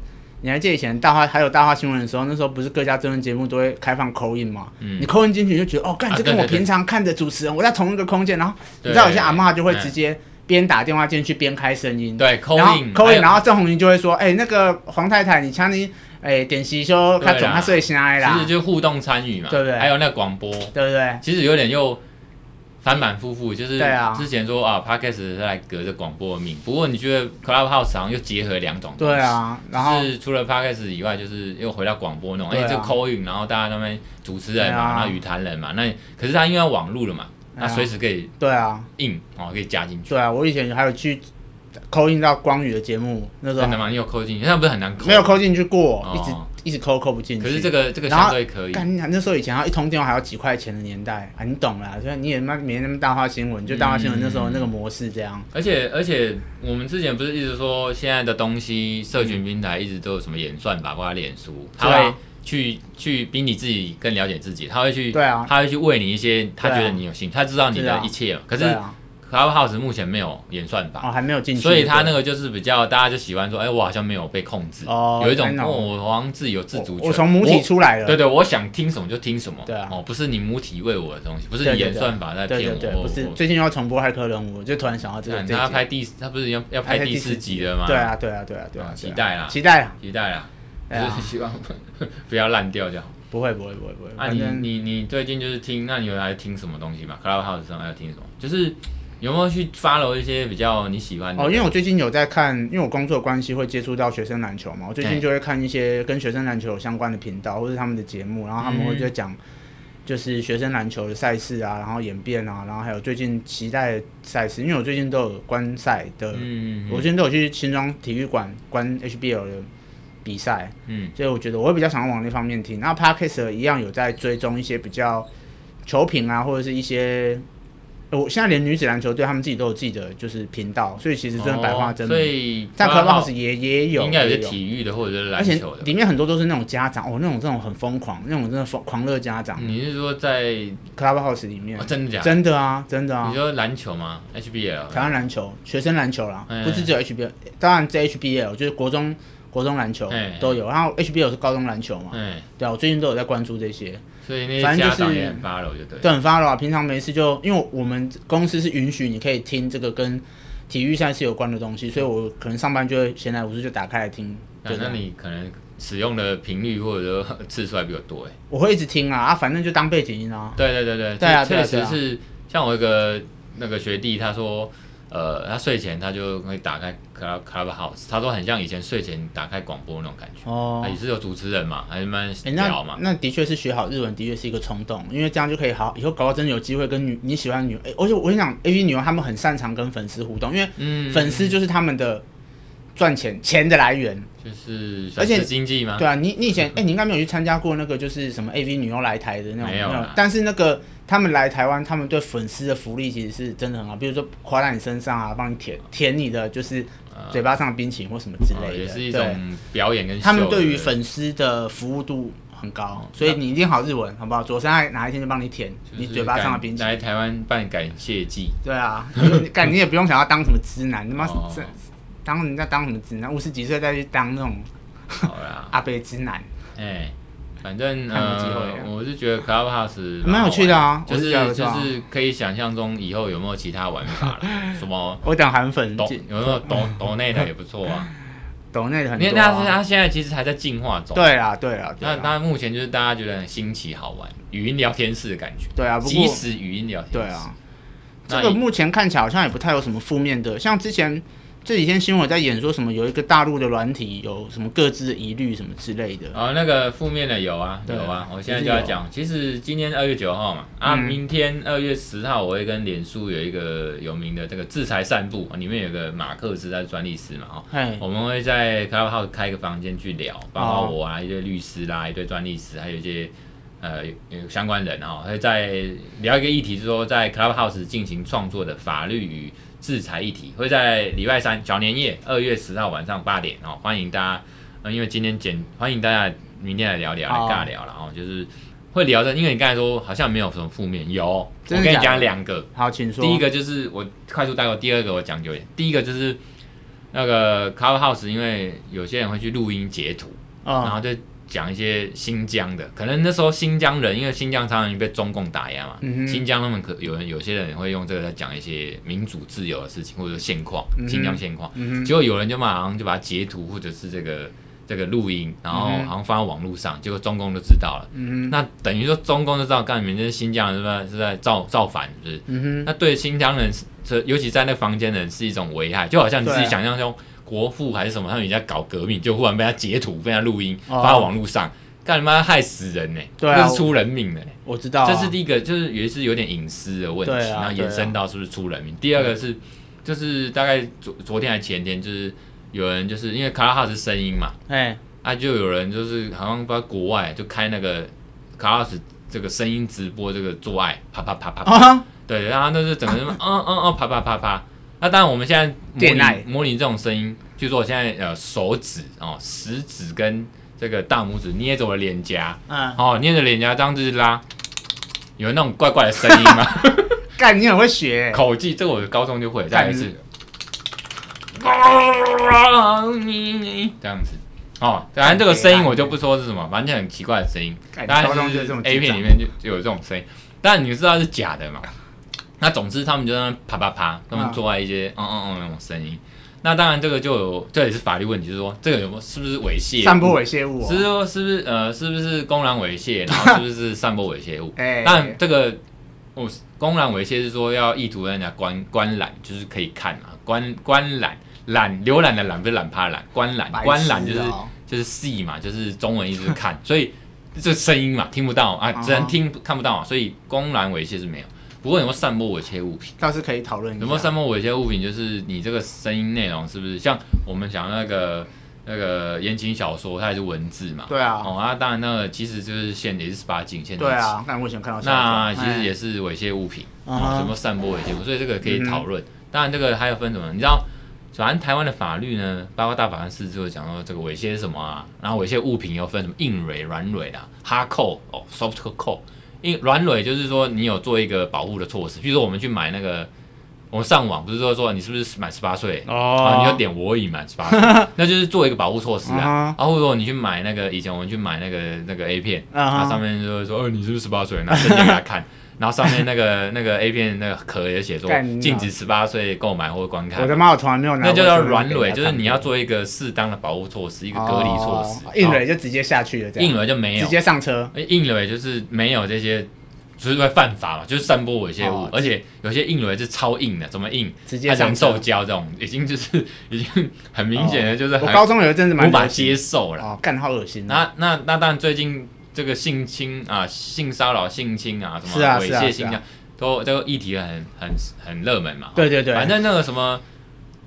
B: 你还记得以前大话还有大话新闻的时候，那时候不是各家争论节目都会开放口音嘛？你口音进去就觉得哦，干
A: 嗯啊
B: 这跟
A: 对
B: 我
A: 对对
B: 平常看的主持人，我在同一个空间，然后你
A: 对
B: 知道有些阿嬷就会
A: 嗯
B: 直接边打电话进去边开声音，
A: 对
B: 然后
A: call in
B: 口音，然
A: 后
B: 后郑红英就会说，哎，那个黄太太，你请你哎点席修，他
A: 对
B: 总
A: 啦
B: 他睡醒来啦
A: 其实，就互动参与嘛，
B: 对不对
A: 还有那个广播，
B: 对不对？
A: 其实有点又反反复复，就是
B: 对啊
A: 之前说啊 p o d c a s 是来隔着广播的命，不过你觉得 Clubhouse 好像又结合两种东西
B: 对啊，然后
A: 就是除了 podcast 以外，就是又回到广播那种，
B: 对
A: 哎、
B: 啊
A: 这 call in，然后大家那边主持人嘛，
B: 对啊
A: 然后语坛人嘛，那可是他因为要网路了嘛，
B: 对啊
A: 那随时可以
B: 对啊，
A: 印哦，可以加进去，
B: 对啊，我以前还有去口音到光宇的节目，那时候
A: 真的吗？你有扣进去，那不是很难扣？
B: 啊没有。扣进去过，
A: 哦
B: 一直一直扣扣不进去。
A: 可是这个这个
B: 然后
A: 相对可以，
B: 干你娘那时候以前还要一通电话还要几块钱的年代啊，你懂啦，所以你也妈没那么大话新闻，就大话新闻那时候那个模式这样。
A: 而且而且我们之前不是一直说现在的东西，社群平台一直都有什么演算法，包括脸书，
B: 嗯是啊
A: 他会去去比你自己更了解自己，他会去
B: 对啊
A: 他会去喂你一些他
B: 对啊
A: 觉得你有兴趣，他知道你
B: 是啊
A: 的一切嘛。可是
B: 对啊，
A: Clubhouse 目前没有演算法
B: 哦，。还没有进去，
A: 所以他那
B: 个
A: 个就是比较，大家就喜欢说，哎、我好像没有被控制，
B: 哦
A: 有一种
B: 哎那
A: 哦，我好像自己有自主权，
B: 我从母体
A: 我
B: 出来了，
A: 对对，我想听什么就听什么，
B: 啊对啊
A: 哦，不是你母体喂我的东西，不是
B: 对
A: 你
B: 对
A: 演算法在
B: 对
A: 骗
B: 对
A: 我，
B: 对，
A: 我
B: 不是
A: 我
B: 最近又要重播《骇客任务》，我就突然想到这个
A: 看
B: 这
A: 他要
B: 一集。啊
A: 拍第，他不是要要拍
B: 拍
A: 第
B: 第
A: 四
B: 四
A: 集了吗？
B: 对，啊对啊对啊
A: 啊，
B: 对啊对啊
A: 期待啦
B: 期待啦，
A: 期待啊，
B: 对啊
A: 就是希望 不要烂掉就好。
B: 不会不会不会不会，
A: 啊
B: 反
A: 你，
B: 正
A: 你你最近就是听，那你有来听什么东西嘛？Clubhouse 上还有听什么？就是有没有去 follow 一些比较你喜欢的？
B: 哦，因为我最近有在看，因为我工作的关系会接触到学生篮球嘛，我最近就会看一些跟学生篮球有相关的频道或者他们的节目，然后他们会
A: 嗯
B: 在讲就是学生篮球的赛事啊，然后演变啊，然后还有最近期待的赛事，因为我最近都有观赛的，
A: 嗯，嗯
B: 我最近都有去新庄体育馆观 HBL 的比赛，
A: 嗯
B: 所以我觉得我会比较想往那方面听。那 Podcast 一样有在追踪一些比较球评啊，或者是一些。呃我现在连女子篮球队他们自己都有自己的就是频道，所以其实真的百花争
A: 哦
B: 鸣、
A: 所以
B: 在 Clubhouse
A: Clubhouse
B: 也也有，
A: 应该有
B: 也
A: 些体育的或者是
B: 而
A: 篮
B: 且
A: 球的。
B: 里面很多都是那种家长哦，那种这种很疯狂，那种真的疯狂热家长。
A: 你是说在
B: Clubhouse 里面
A: 嗯哦，真的假的？
B: 真的啊，真的啊
A: 你，说篮球吗？HBL
B: 台湾篮球、学生篮球啦，
A: 哎
B: 不是只有 HBL，当然这 HBL 就是国中国中篮球
A: 哎
B: 都有，然后 HBL 是高中篮球嘛，
A: 哎，
B: 对啊，我最近都有在关注这些，
A: 所以那
B: 反
A: 些
B: 正
A: 家
B: 就是
A: 长也很 follow 就对了。
B: 对，很 follow 啊。平常没事就因为我们公司是允许你可以听这个跟体育赛事有关的东西，所以我可能上班就会闲来无事就打开来听。
A: 啊
B: 对，
A: 那你可能使用的频率或者说呃次数还比我多哎。
B: 我会一直听啊，啊，反正就当背景音啊。
A: 对对对对，
B: 对啊
A: 确
B: 对啊对
A: 确实
B: 啊
A: 是。像我一个那个学弟，他说，呃，他睡前他就会打开 Club Clubhouse，他说很像以前睡前打开广播那种感觉。
B: 哦
A: 啊，也是有主持人嘛，还是蛮
B: 哎、
A: 聊
B: 那
A: 嘛。
B: 那的确是学好日文，的确是一个冲动，因为这样就可以好，以后搞到真的有机会跟女你喜欢的女，哎而且我跟你讲，A V 女优她们很擅长跟粉丝互动，因为
A: 嗯，
B: 粉丝就是他们的赚钱钱的来源。
A: 就是
B: 而
A: 粉
B: 且
A: 丝经济吗？
B: 对啊，你你以前
A: 嗯
B: 哎、你应该没有去参加过那个就是什么 A V 女优来台的那种，
A: 没有啦
B: 那种但是那个他们来台湾，他们对粉丝的福利其实是真的很好，比如说花在你身上啊，帮你舔舔你的就是嘴巴上的冰淇淋或什么之
A: 哦
B: 类
A: 也
B: 的，
A: 是一
B: 对
A: 种表演跟秀。
B: 他们对
A: 对
B: 于
A: 不对
B: 粉丝的服务度很高，所以你一定好日文，好不好？左山哪一天就帮你舔
A: 就是
B: 你嘴巴上的冰淇
A: 感来
B: 淋。
A: 台湾办感谢祭，
B: 对啊，你就干你也不用想要当什么直男，他妈
A: 哦
B: 这当人家当什么直男，五十几岁再去当那种
A: 好啦，
B: 阿伯直男，
A: 哎，反正
B: 看有机会啊
A: 呃，我是觉得 Clubhouse
B: 蛮有趣的啊
A: 就
B: 我是
A: 是
B: 觉得不错
A: 就
B: 啊
A: 是可以想象中以后有没有其他玩法啦，什么
B: 我等韩粉
A: 抖
B: 进
A: 有没有抖抖内的也不错啊。
B: 抖内 的很
A: 因为
B: 多
A: 那
B: 啊。
A: 它现在其实还在进化中，啊
B: 对啦，对啊啦，对
A: 那
B: 啦，
A: 那目前就是大家觉得很新奇好玩，语音聊天室的感觉，
B: 对啊，不
A: 即
B: 过
A: 时语音聊天室，
B: 对啊，
A: 那
B: 这个
A: 你
B: 目前看起来好像也不太有什么负面的，像之前这几天新闻有在演说什么有一个大陆的软体有什么各自的疑虑什么之类的，
A: 哦，那个负面的有啊，有
B: 对
A: 啊，我现在
B: 一
A: 就
B: 定
A: 要
B: 有
A: 讲。其实今天二月九号嘛，啊，
B: 嗯
A: 明天二月十号我会跟脸书有一个有名的这个制裁散步，里面有个马克思他是专利师嘛，哦，
B: 嘿，
A: 我们会在 Clubhouse 开一个房间去聊，包
B: 哦
A: 括我啊，一堆律师啦，一堆专利师，还有一些呃有相关人哦，会在聊一个议题，就是说在 Clubhouse 进行创作的法律与制裁议题，会在礼拜三小年夜二月十号晚上八点哦，欢迎大家，呃、因为今天简欢迎大家明天来聊聊，来
B: 哦
A: 尬聊了哦，就是会聊的，因为你刚才说好像没有什么负面，有，我
B: 真
A: 跟
B: 的
A: 你
B: 假的
A: 讲两个，
B: 好，请说。
A: 第一个就是我快速带过，第二个我讲究一点。第一个就是那个 Clubhouse，因为有些人会去录音截图，然
B: 啊、
A: 后就讲一些新疆的，可能那时候新疆人，因为新疆常常被中共打压嘛，
B: 嗯哼
A: 新疆他们可有人有些人会用这个来讲一些民主自由的事情或者现况
B: 嗯，哼
A: 新疆现况，
B: 嗯
A: 结果有人就马上就把它截图或者是这个这个录音，然后
B: 嗯哼
A: 好像放在网络上，结果中共就知道了。
B: 哼，嗯哼，
A: 那等于说中共就知道，干你们这些新疆人是不是是在造造反，是不是？
B: 嗯哼，
A: 那对新疆人是，这尤其在那房间的人是一种危害，就好像你自己
B: 对啊
A: 想象中国父还是什么，他们人家搞革命，就忽然被他截图、被他录音
B: 哦
A: 发到网络上，干你妈害死人呢、
B: 对啊
A: 这是出人命的、呢。
B: 我知道啊、
A: 这是第一个，就是也是有点隐私的问题，
B: 对啊啊
A: 然后延伸到是不是出人命。第二个是，就是大概昨昨天还前天，就是有人就是因为卡拉哈是声音嘛，
B: 哎，
A: 啊，就有人就是好像不知道国外就开那个卡拉哈这个声音直播，这个做爱啪啪啪啪啪
B: 啊，
A: 对，然后那是整个人嗯嗯嗯啪啪啪啪。那当然，我们现在模
B: 电爱
A: 拟模拟这种声音，据说我现在呃手指哦食指跟这个大拇指捏着我的脸颊，
B: 嗯，
A: 哦捏着脸颊这样子拉，有那种怪怪的声音吗？
B: 干，你很会学、欸，
A: 口技，这个我高中就会，再来一次
B: 干，
A: 这样子。哦，反正这个声音我就不说是什么，反正很奇怪的声音。
B: 干
A: 当
B: 哎高
A: 然
B: 中
A: 是
B: 就这么
A: A 片里面就就有这种声音，但你知道是假的嘛？那总之他们就在那啪啪啪，他们做爱一些嗯嗯嗯那种声音。那当然这个就有，这也是法律问题，就是说这个有没有是不是猥亵物？
B: 散播猥亵物、
A: 是
B: 哦，？
A: 说是不是呃是不是公然猥亵，然后是不是散播猥亵物
B: 哎，
A: 但这个我公然猥亵是说要意图让人家观观览，就是可以看嘛，观观览览浏览的览不是懒趴的懒，观览
B: 白痴
A: 观览就是
B: 哦
A: 就是 see 嘛，就是中文意思是 看，所以这声音嘛听不到啊，
B: 哦
A: 只能听看不到嘛，所以公然猥亵是没有。不过有没有散播猥亵物品？
B: 倒是可以讨论一下，
A: 有没有散播猥亵物品？就是你这个声音内容是不是像我们讲那个那个言情小说，它也是文字嘛？
B: 对啊，
A: 哦，那当然那个其实就是限也是十八禁，限制
B: 对啊，但我以前看到笑
A: 那
B: 话
A: 其实也是猥亵物品，
B: 嗯
A: 啊，什么散播猥亵物，所以这个可以讨论。当然，这个还有分什么？你知道，反正台湾的法律呢，包括大法官释字，就讲说这个猥亵是什么啊，然后猥亵物品又分什么硬蕊、软蕊啦、哈扣哦、soft 扣。硬软蕊就是说你有做一个保护的措施，比如说我们去买那个，我们上网不是说说你是不是满十八岁啊，你要点我已满十 八岁，那就是做一个保护措施
B: 哦啊
A: 啊。啊，或者说你去买那个以前我们去买那个那个 A 片，
B: 啊哈
A: 它上面就会说，哦，你是不是十八岁？拿证件给他看，然后上面那个那个 A 片那个壳也写说
C: 干你妈
A: 禁止十八岁购买或观看
B: 我，的妈，我从来没有拿
A: 那
B: 过这
A: 就
B: 个给他
A: 叫
B: 看过。
A: 软蕊，就是你要做一个适当的保护措施，一个隔离措施
B: 哦。硬
A: 哦
B: 蕊就直接下去了，这样
A: 硬蕊就没有
B: 直，接上车。
A: 哎硬蕊就是没有这些，就是会犯法嘛，就是散播猥亵物
B: 哦，
A: 而且有些硬蕊是超硬的，怎么硬？
B: 直接
A: 它像
B: 上车
A: 受胶这种，已经就是 已经很明显的就是
B: 哦我
A: 很
B: 高中有一阵子蛮
A: 无法
B: 流行
A: 接受了。
B: 哦，干好恶心啊！
A: 那那那当然，最近这个性侵啊、性骚扰、性侵啊，什么
B: 是啊
A: 猥
B: 是啊
A: 亵
B: 是
A: 性
B: 啊
A: 啊，都这个议题很很很热门嘛。
B: 对对对，
A: 反正那个什么，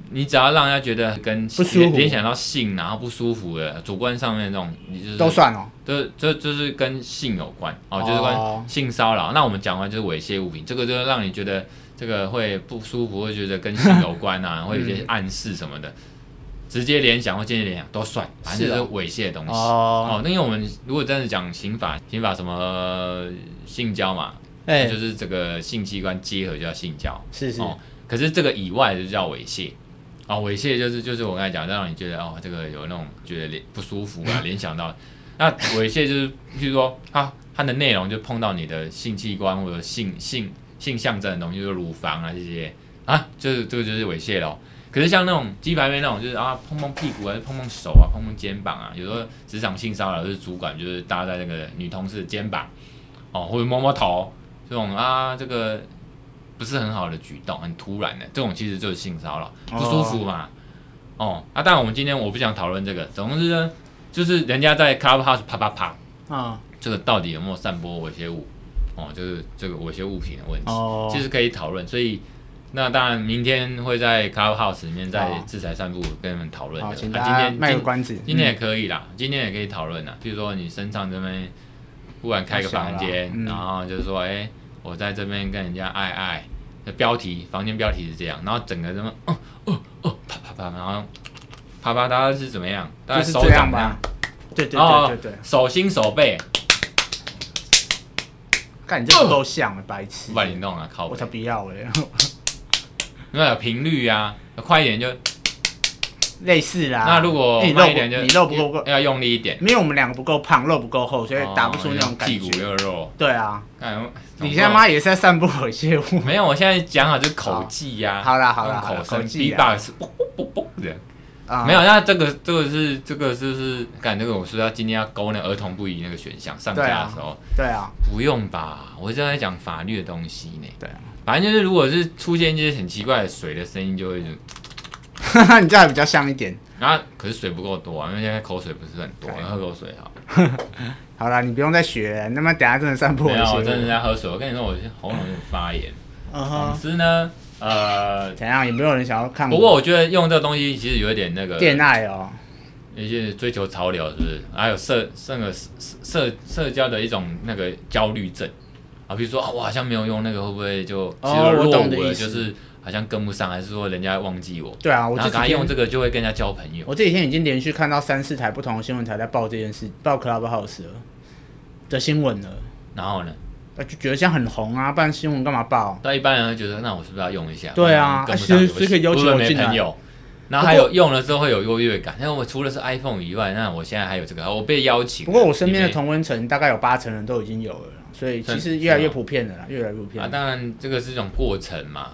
A: 你只要让人家觉得跟
B: 不舒服
A: 联想到性，然后不舒服的主观上面那种，你就是
B: 都，算哦。
A: 就就就是跟性有关哦，就是
B: 哦
A: 跟性骚扰。那我们讲完就是猥亵物品，这个就是让你觉得这个会不舒服，会觉得跟性有关 啊，会有
B: 嗯
A: 一些暗示什么的，直接联想或间接联想都算，反正就是是
B: 哦
A: 猥亵的东西。
B: 哦，
A: 哦，那因为我们如果真的讲刑法，刑法什么、呃性交嘛，
B: 哎
A: 就，是这个性器官结合就叫性交，
B: 是是，
A: 哦，可是这个以外就叫猥亵。啊、猥亵就是就是我刚才讲，让你觉得哦，这个有那种觉得联不舒服啊，联想到。那猥亵就是，譬如说它它的内容就碰到你的性器官或者性性性象征的东西，就是乳房啊这些啊，就是这个就是猥亵咯。可是像那种鸡排妹那种，就是啊碰碰屁股啊，碰碰手啊，碰碰肩膀啊，有时候职场性骚扰就是主管就是搭在那个女同事的肩膀哦，或者摸摸头这种啊，这个不是很好的举动，很突然的，这种其实就是性骚扰，
B: 哦
A: 不舒服嘛。哦，啊，当然我们今天我不想讨论这个，总之呢，就是人家在 Clubhouse 啪啪啪，
B: 啊，
A: 这个到底有没有散播猥亵物？哦，就是这个猥亵物品的问题，
B: 哦
A: 其实可以讨论。所以那当然，明天会在 Clubhouse 里面在
B: 哦
A: 制裁散布跟他们讨论的。
B: 好，请
A: 啊
B: 大家
A: 今
B: 卖
A: 天
B: 个
A: 今
B: 关子。嗯
A: 今天也可以啦，今天也可以讨论啦。比如说你身上这边忽然开个房间，
B: 太小了嗯
A: 然后就说，哎、我在这边跟人家爱爱。的标题，房间标题是这样，然后整个这么，哦哦哦，啪啪啪，然后啪啪，大家是怎么样？大
B: 嗯
A: 家
B: 就是
A: 手
B: 这
A: 掌
B: 样
A: 这样
B: 吧，。对对
A: 哦
B: 对对对，
A: 手心手背，
B: 干你这不够像了，白痴
A: 不！把你弄了，啊靠
B: 我
A: 背
B: 才，不要哎，
A: 那有频率啊，快一点就。
B: 类似啦。
A: 那如果
B: 你啊哎肉
A: 慢一
B: 不
A: 点就
B: 你肉不够够，
A: 要用力一点，
B: 没有我们两个不够胖，肉不够厚，所以打不出那种
A: 哦
B: 感
A: 屁股
B: 觉。
A: 又肉。哎
B: 对啊，
A: 看
B: 你现在妈也是在散布猥亵物。
A: 没有，我现在讲好就是口技呀。
B: 好啦好啦
A: 啊用
B: 好啦
A: 口声
B: 口
A: B
B: 技啊
A: box 啵啵啵啵的。
B: 啊
A: 没有，那这个这个是这个就是，感这个我说要今天要勾那儿童不宜那个选项上
B: 对
A: 架
B: 啊
A: 的时候，
B: 对啊，
A: 不用吧？我正在讲法律的东西呢。
B: 对啊，
A: 反正就是如果是出现一些很奇怪的水的声音，就会就
B: 哈哈，你这样还比较像一点。
A: 然后可是水不够多啊，因为现在口水不是很多，
B: 对
A: 喝口水好。
B: 好啦，你不用再学了，那么等下真的散布
A: 没
B: 猥
A: 有，
B: 亵
A: 我
B: 物。
A: 真的在喝水。我跟你说，我现在喉咙有点发炎。
B: 嗯
A: 总
B: 哼，
A: 之呢，呃，
B: 怎样？有没有人想要看我？
A: 不过我觉得用这个东西其实有一点那个，
B: 恋爱哦，
A: 一些追求潮流是不是？还有社那个社社社交的一种那个焦虑症啊，比如说啊，我好像没有用那个，会不会就其实
B: 哦我
A: 落伍
B: 懂你的
A: 了？
B: 意思
A: 就是好像跟不上，还是说人家忘记我？
B: 对啊，我
A: 然后
B: 这
A: 赶
B: 几
A: 快用
B: 天
A: 这个就会跟人家交朋友。
B: 我这几天已经连续看到三四台不同的新闻台在报这件事，报 Clubhouse 了的新闻了，
A: 然后呢，
B: 那就觉得这样很红啊，不然新闻干嘛报？
A: 到一般人会觉得，那我是不是要用一下？
B: 对啊
A: 我跟不上
B: 啊谁
A: 游戏
B: 谁可以要求
A: 会不会
B: 我进
A: 没
B: 来
A: 朋友。然后还有用了之后会有优越感，因为我除了是 iPhone 以外，那我现在还有这个，我被邀请了。
B: 不过我身边的
A: 你没
B: 同温层大概有八成人都已经有了啦，所以其实
A: 真
B: 越来越
A: 是吗
B: 普遍了啦，越来越普遍
A: 啊，
B: 了。
A: 当然这个是一种过程嘛。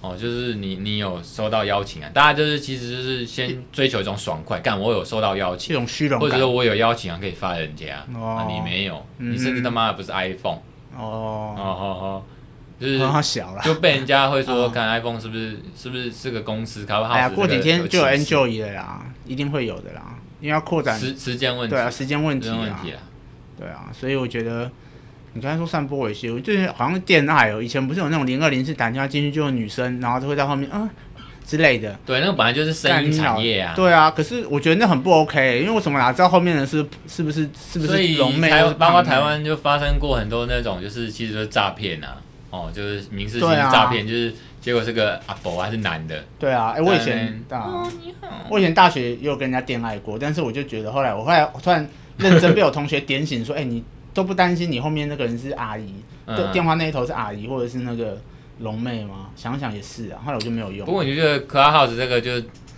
A: 哦，就是你你有收到邀请啊，大家就是其实就是先追求一种爽快，干我有收到邀
B: 这
A: 请，
B: 种虚荣
A: 或者
B: 感
A: 是我有邀请啊可以发人家，
B: 哦
A: 啊你没有，
B: 嗯
A: 你甚至他妈的不是 iPhone，哦
B: 哦，
A: 哦哦，就是
B: 很好小啦。
A: 就被人家会 说，
B: 哦
A: 看 iPhone 是不是是不是是个公司开发
B: 哎呀，
A: 号，
B: 过几天就有 Enjoy 了啦，一定会有的啦，因为要扩展，
A: 时时间问题，
B: 对啊，时间问
A: 时
B: 题
A: 间问
B: 啊
A: 题，啦，
B: 对啊，所以我觉得你刚才说散播猥亵，我就是好像电爱哦，以前不是有那种零二零四打电话进去就有女生，然后就会在后面啊之类的。
A: 对，那个本来就是声音
B: 干扰
A: 产业啊，
B: 对啊，可是我觉得那很不 OK，因为我怎么哪知道后面的是是不是是不
A: 所以
B: 是龙妹
A: 台
B: 或是胖
A: 包
B: 妹，
A: 括台湾就发生过很多那种，就是其实就是诈骗啊，哦，就是民事刑事
B: 对啊
A: 诈骗，就是结果是个阿伯还是男的，
B: 对啊，哎、我
A: 在
B: 以
A: 那
B: 前
A: 边
B: 啊，
A: 你好，
B: 我以前大学也有跟人家恋爱过，但是我就觉得后来我后来我突然认真被我同学点醒说，哎、你都不担心你后面那个人是阿姨，对、
A: 嗯
B: 电话那一头是阿姨或者是那个龙妹吗？想想也是啊，后来我就没有用。
A: 嗯不过你觉得 Clubhouse 这个就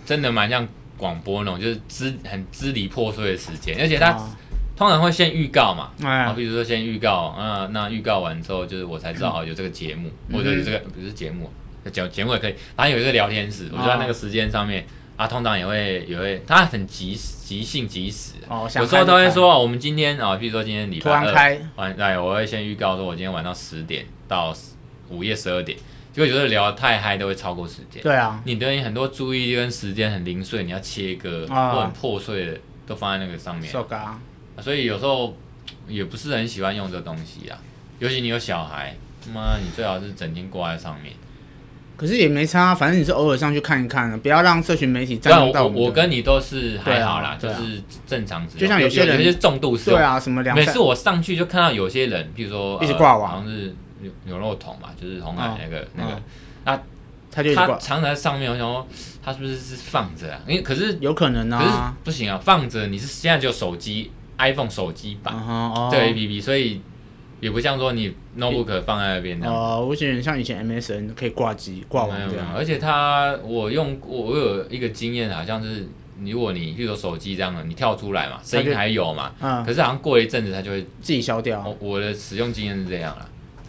A: 真的蛮像广播那种，就是支很支离破碎的时间，而且它
B: 啊
A: 通常会先预告嘛，
B: 哎
A: 啊，比如说先预告，嗯、那预告完之后，就是我才知道哦有这个节目，
B: 嗯
A: 或者有这个不是节目，节节目也可以，反正有一个聊天室，我就在
B: 哦
A: 那个时间上面、啊，通常也会也会，它很即即兴即时，啊
B: 哦，想
A: 有时候
B: 看就
A: 都会
B: 看
A: 说哦我们今天啊，比如说今天礼
B: 突
A: 拜
B: 然
A: 二
B: 开，
A: 晚，对，我会先预告说我今天晚上十点到午夜十二点，结果有时候聊得太嗨都会超过时间，
B: 对啊，
A: 你的很多注意力跟时间很零碎，你要切割、
B: 啊
A: 或很破碎的都放在那个上面。
B: so 嘎，
A: 啊所以有时候也不是很喜欢用这个东西啊，尤其你有小孩，妈，你最好是整天挂在上面。
B: 可是也没差，啊反正你是偶尔上去看一看啊了，不要让社群媒体占
A: 但
B: 用到
A: 啊我
B: 们的
A: 我跟你都是还好啦，就
B: 对啊
A: 是正常使用，
B: 就像有些人
A: 有些重度使
B: 对
A: 用。
B: 啊，什么两
A: 每
B: 三
A: 次我上去就看到有些人，比如说
B: 一直
A: 呃
B: 挂网
A: 好像是牛牛肉桶嘛，就是红海
B: 哦
A: 那个那
B: 哦
A: 个，
B: 他就一直
A: 他
B: 挂，
A: 常常在上面，我想说他是不是是放着啊？因为可是
B: 有可能
A: 可是
B: 啊，
A: 不行啊，放着你是现在只有手机 iPhone 手机版
B: 嗯哼哦
A: 这个 APP，所以也不像说你 notebook 放在那边这样。
B: 哦，我觉得很像以前 MSN 可以挂机挂网
A: 啊没有
B: 这
A: 没有
B: 样，
A: 而且它我用过，我有一个经验，好像是如果你比如说手机这样的，你跳出来嘛，声音还有嘛，
B: 嗯，
A: 可是好像过了一阵子它就会，
B: 自己消掉。
A: 我我的使用经验是这样啦，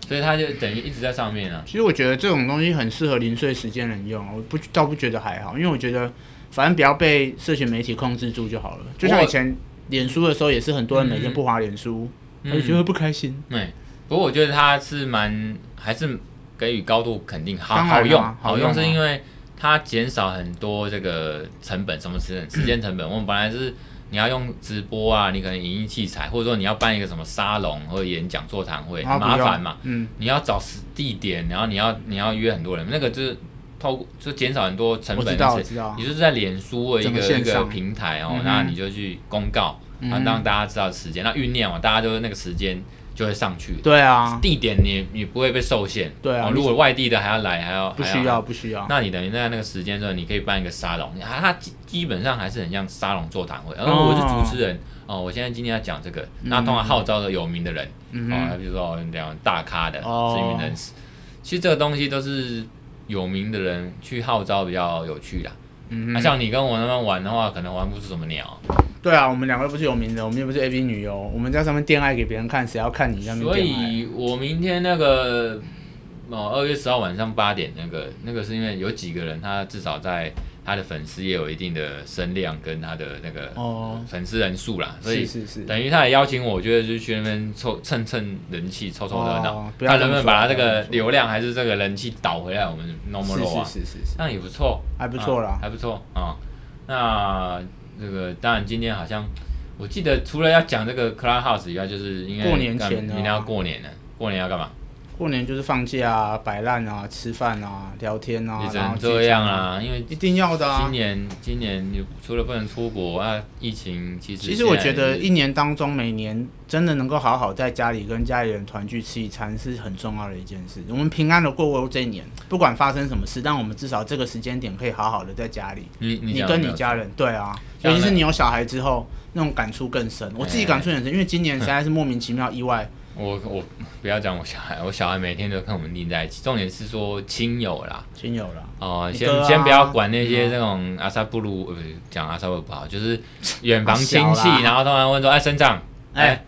A: 所以它就等于一直在上面啊。
B: 其实我觉得这种东西很适合零碎时间人用，我不倒不觉得还好，因为我觉得反正不要被社群媒体控制住就好了。就像
A: 我
B: 以前脸书的时候，也是很多人每
A: 嗯
B: 天不滑脸书，他
A: 嗯
B: 就哎觉得不开心。
A: 对，哎不过我觉得它是蛮还是给予高度肯定，好
B: 当然
A: 好
B: 啦
A: 用，
B: 好
A: 好
B: 用啊
A: 用是因为它减少很多这个成本，什么 成本？时间成本。我们本来是你要用直播啊，你可能影音器材，或者说你要办一个什么沙龙或者演讲座谈会，
B: 然后不
A: 麻
B: 用
A: 烦嘛。，
B: 嗯，
A: 你要找时地点，然后你要你要约很多人，那个就是透过就减少很多成
B: 我
A: 本
B: 知道，
A: 是
B: 我知道
A: 你，就是在脸书的一
B: 整个
A: 个
B: 线
A: 一个
B: 上
A: 平台哦
B: 嗯，哼
A: 那你就去公告，
B: 嗯
A: 啊，让大家知道时间，那酝酿嘛，大家就是那个时间就会上去。
B: 对啊，
A: 地点你你不会被受限，
B: 对啊
A: 哦
B: 你
A: 如果外地的还要来，还要
B: 不
A: 还
B: 需要，不需要。
A: 那你等于在那个时间段，你可以办一个沙龙，它它基基本上还是很像沙龙座谈会。然后我是主持人哦，我现在今天要讲这个，那通常号召的有名的人
B: 嗯
A: 哦，
B: 哼，
A: 比如说两大咖的
B: 哦
A: 知名人士，其实这个东西都是有名的人去号召比较有趣啦。
B: 嗯
A: 那
B: 哼，
A: 像你跟我那么玩的话，可能玩不出什么鸟，
B: 对啊，我们两个不是有名的，我们又不是 A B 女优，我们在上面恋爱给别人看，谁要看你在那
A: 所
B: 边恋爱？
A: 以我明天那个哦，二月十号晚上八点那个那个是因为有几个人，他至少在他的粉丝也有一定的声量跟他的那个
B: 哦，
A: 粉丝人数啦，所
B: 是
A: 以
B: 是是，
A: 等于他也邀请我，我觉得就是去那边凑蹭蹭人气，凑凑热闹
B: 哦，不要
A: 看能不
B: 这么
A: 能
B: 说
A: 把他这
B: 不要这
A: 个
B: 么说
A: 流量还是这个人气导回来我们 normal
B: 是
A: roll
B: 是
A: 啊，
B: 是是是，
A: 那也不错，
B: 还不错
A: 啊
B: 啦。
A: 还不错啊、那这个当然今天好像我记得除了要讲这个 Clubhouse 以外，就是因为
B: 过年前啊
A: 明天要过年了，过年要干嘛？
B: 过年就是放假啊，摆烂啊，吃饭啊，聊天啊
A: 也，只
B: 然后
A: 能
B: 聚餐
A: 这样，啊，因为
B: 一定要的啊
A: 今。年今年你除了不能出国啊，疫情其实
B: 其实我觉
A: 现在
B: 得
A: 也是
B: 一年当中，每年真的能够好好在家里跟家里人团聚吃一餐是很重要的一件事。我们平安的过过这一年，不管发生什么事，但我们至少这个时间点可以好好的在家里，
A: 你你
B: 你
A: 讲
B: 跟
A: 有没
B: 你
A: 有
B: 家人，对啊，
A: 像
B: 尤其是
A: 那
B: 你有小孩之后，那种感触更深。我自己感触很
A: 哎
B: 深，因为今年实在是莫名其妙意外，
A: 我我不要讲我小孩，我小孩每天都跟我们腻在一起。重点是说亲友啦，
B: 亲友了，
A: 哦、
B: 你
A: 先、
B: 哥啊
A: 先不要管那些
B: 嗯
A: 这种阿萨布鲁，呃，讲阿萨布鲁不好，就是远房亲
B: 小
A: 戚
B: 啦，
A: 然后突然问说，哎，生长，
B: 哎
A: 哎，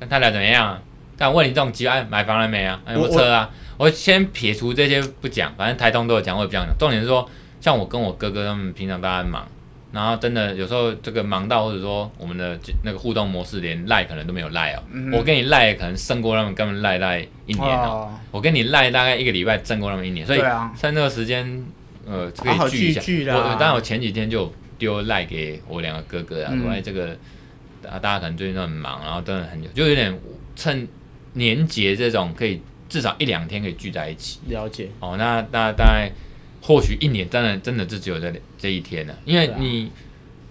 A: 跟他俩怎么样、啊？但问你这种急，哎，买房了没啊？哎，有没有
B: 我
A: 车啊？我先撇除这些不讲，反正台东都有讲，我也不想讲。重点是说，像我跟我哥哥他们平常大家很忙，然后真的有时候这个忙到，或者说我们的那个互动模式连赖可能都没有赖哦。
B: 嗯
A: 我跟你赖可能胜过他们，根本赖赖一年哦。
B: 哦，
A: 我跟你赖大概一个礼拜，挣过那么一年，所以
B: 对啊
A: 趁这个时间，呃，可
B: 好好
A: 以聚一
B: 聚
A: 下。
B: 聚啦
A: 我我当然我前几天就丢赖给我两个哥哥啊，
B: 嗯
A: 说哎这个啊大家可能最近都很忙，然后真的很久，就有点趁年节这种可以至少一两天可以聚在一起。
B: 了解，
A: 哦，那那大概或许一年，当然真的就只有这这一天了，因为
B: 对啊
A: 你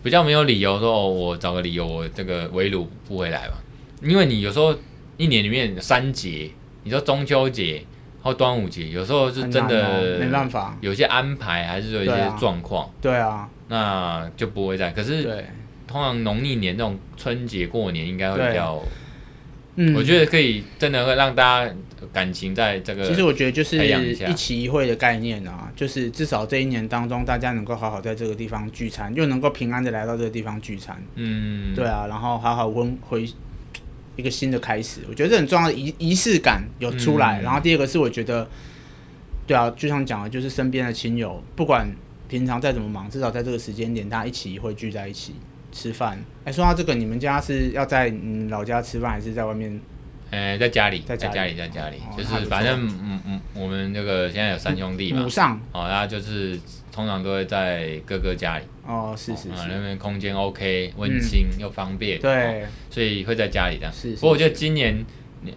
A: 比较没有理由说哦，我找个理由我这个围炉不回来吧，因为你有时候一年里面有三节，你说中秋节或端午节，有时候是
B: 很
A: 真
B: 难哦
A: 的
B: 没办法，
A: 有些安排，还是有一
B: 对
A: 些
B: 啊
A: 状况，
B: 对啊，
A: 那就不会在。可是
B: 对。
A: 通常农历年这种春节过年应该会
B: 对
A: 比较
B: 嗯，
A: 我觉得可以真的会让大家感情在这个，
B: 其实我觉得就是
A: 培养一下
B: 一期一会的概念啊，就是至少这一年当中，大家能够好好在这个地方聚餐，又能够平安的来到这个地方聚餐，
A: 嗯，
B: 对啊，然后好好温回一个新的开始，我觉得这很重要的仪仪式感有出来。
A: 嗯
B: 然后第二个是我觉得，对啊，就像讲的，就是身边的亲友，不管平常再怎么忙，至少在这个时间点，大家一起会聚在一起吃饭。哎，说到这个，你们家是要在你老家吃饭，还是在外面？
A: 呃，在家里，
B: 在家
A: 家
B: 里
A: 里，在家里，
B: 哦
A: 就
B: 那还不
A: 是
B: 错嗯
A: 反正嗯嗯，我们这个现在有三兄弟嘛
B: 母，上
A: 哦，然后就是通常都会在哥哥家里，
B: 哦，是是
A: 哦啊
B: 是，嗯
A: 那边空间 OK，温馨又方便，哦，
B: 对
A: 所以会在家里这样。
B: 是是
A: 不过我觉得今年，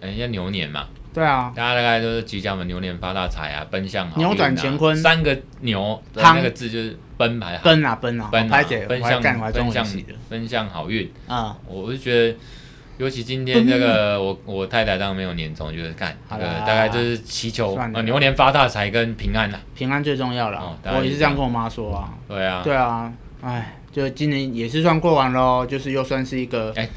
A: 呃，要牛年嘛，
B: 对啊，
A: 大家大概都是吉祥嘛，牛年发大财啊，奔向好运啊
B: 扭转乾坤
A: 三个牛的
B: 夯
A: 那个字就是奔排好，
B: 奔啊奔啊，
A: 奔啊
B: 拍姐，
A: 奔
B: 我还
A: 向
B: 干我还中
A: 奔
B: 文
A: 向
B: 系的
A: 奔向好运。
B: 啊，
A: 我是觉得，尤其今天这个我我太太当然没有年终，就是干这
B: 嗯好
A: 个
B: 啦
A: 大概就是祈求
B: 算了
A: 呃牛年发大财跟平安啦。
B: 平安最重要
A: 哦
B: 了，
A: 大家
B: 我
A: 一
B: 也是
A: 起
B: 这样跟我妈说啊。
A: 对啊，
B: 对啊，哎，就今年也是算过完喽，就是又算是一个
A: 哎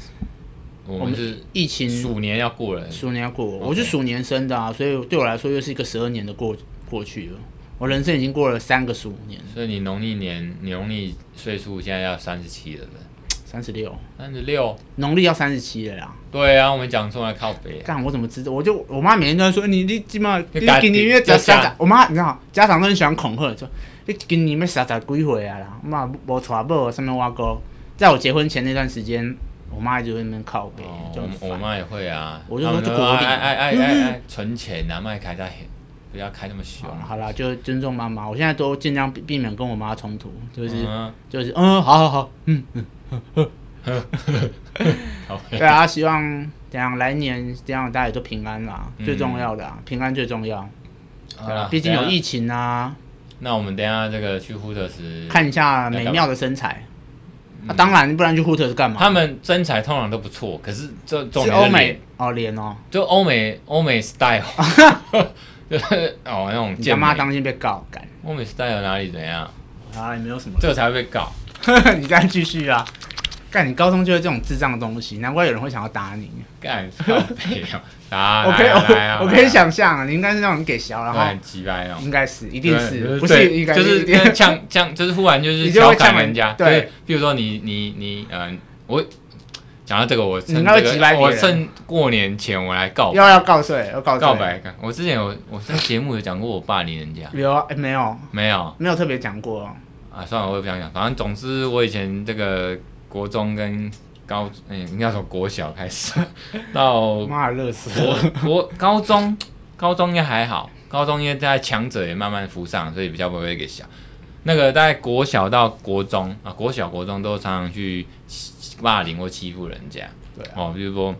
A: 我们是
B: 疫情
A: 鼠年要过了，
B: 鼠年要过，
A: OK
B: 我是鼠年生的啊，所以对我来说又是一个十二年的过过去了。我人生已经过了三个鼠年，
A: 所以你农历年你农历岁数现在要三十七了，
B: 三十六，
A: 三十六。
B: 农历要三十七了啦。
A: 对啊，我们讲出来靠北，
B: 干，我怎么知道？我就我妈每天都在说你你起码你
A: 你家
B: 今年要
A: 家
B: 家
A: 家
B: 长，我妈你知道家长都很喜欢恐吓，说你今年要三十几岁啊啦，妈无娶某什么挖沟。在我结婚前那段时间，我妈一直在那边靠背，
A: 哦
B: 就很
A: 我我
B: 烦。
A: 妈也会啊，
B: 我就说
A: 他们
B: 这国
A: 爱
B: 礼
A: 爱爱 爱爱爱哎存钱啊，卖开在不要开那么凶
B: 好。哦啦好啦，就尊重妈妈。我现在都尽量避避免跟我妈冲突，就是、
A: 嗯
B: 就是，嗯，好好好，嗯，
A: 靠北
B: 对啊，希望这样来年这样大家也都平安啦，最重要的、啊，平安最重要。
A: 好
B: 对
A: 啦
B: 啊，毕竟有
A: 等一下
B: 疫情啊，
A: 那我们等一下这个去呼的时，
B: 看一下
A: 嗯
B: 美妙的身材。啊、当然，不然去 Hooters 干嘛？
A: 他们身材通常都不错，可是这重
B: 是
A: 点
B: 欧
A: 是脸
B: 美，哦，脸哦，
A: 就欧美欧美 style，就是哦那种
B: 你他
A: 健
B: 妈
A: 美，
B: 当心被告干
A: 欧美 style 哪里怎样，
B: 啊，也没有什么。
A: 这个才会被告。
B: 你再继续啊，干你高中就会这种智障的东西，难怪有人会想要打你。
A: 干靠北 哦，打
B: 我可以，
A: 来啊来啊
B: 我我可以
A: 来啊
B: 想象啊，你应该是那种给小，然
A: 对
B: 后
A: 很鸡掰哦。
B: 应该是，一定
A: 对
B: 是，不
A: 对
B: 是应该
A: 就是
B: 一定
A: 跟呛呛，就是忽然就是
B: 你就
A: 调
B: 会
A: 侃
B: 呛人
A: 人家，
B: 对，
A: 比如说你你你，嗯，我讲到这个，我
B: 你
A: 趁
B: 应该会
A: 这
B: 击败
A: 个，
B: 别
A: 我
B: 人
A: 趁过年前我来告
B: 要要告税，要告税
A: 告白，干我之前有我在节目有讲过我霸凌人家，
B: 有啊、诶没有？
A: 没有
B: 没有特别讲过，
A: 啊，算了，我也不想讲，反正总之我以前这个国中跟高，嗯，应该从国小开始到
B: 妈的，热死了！
A: 我我高中，高中应该还好，高中因为在强者也慢慢浮上，所以比较不会给小。那个大概国小到国中啊，国小国中都常常去欺霸凌或欺负人家，
B: 对啊
A: 哦，比如说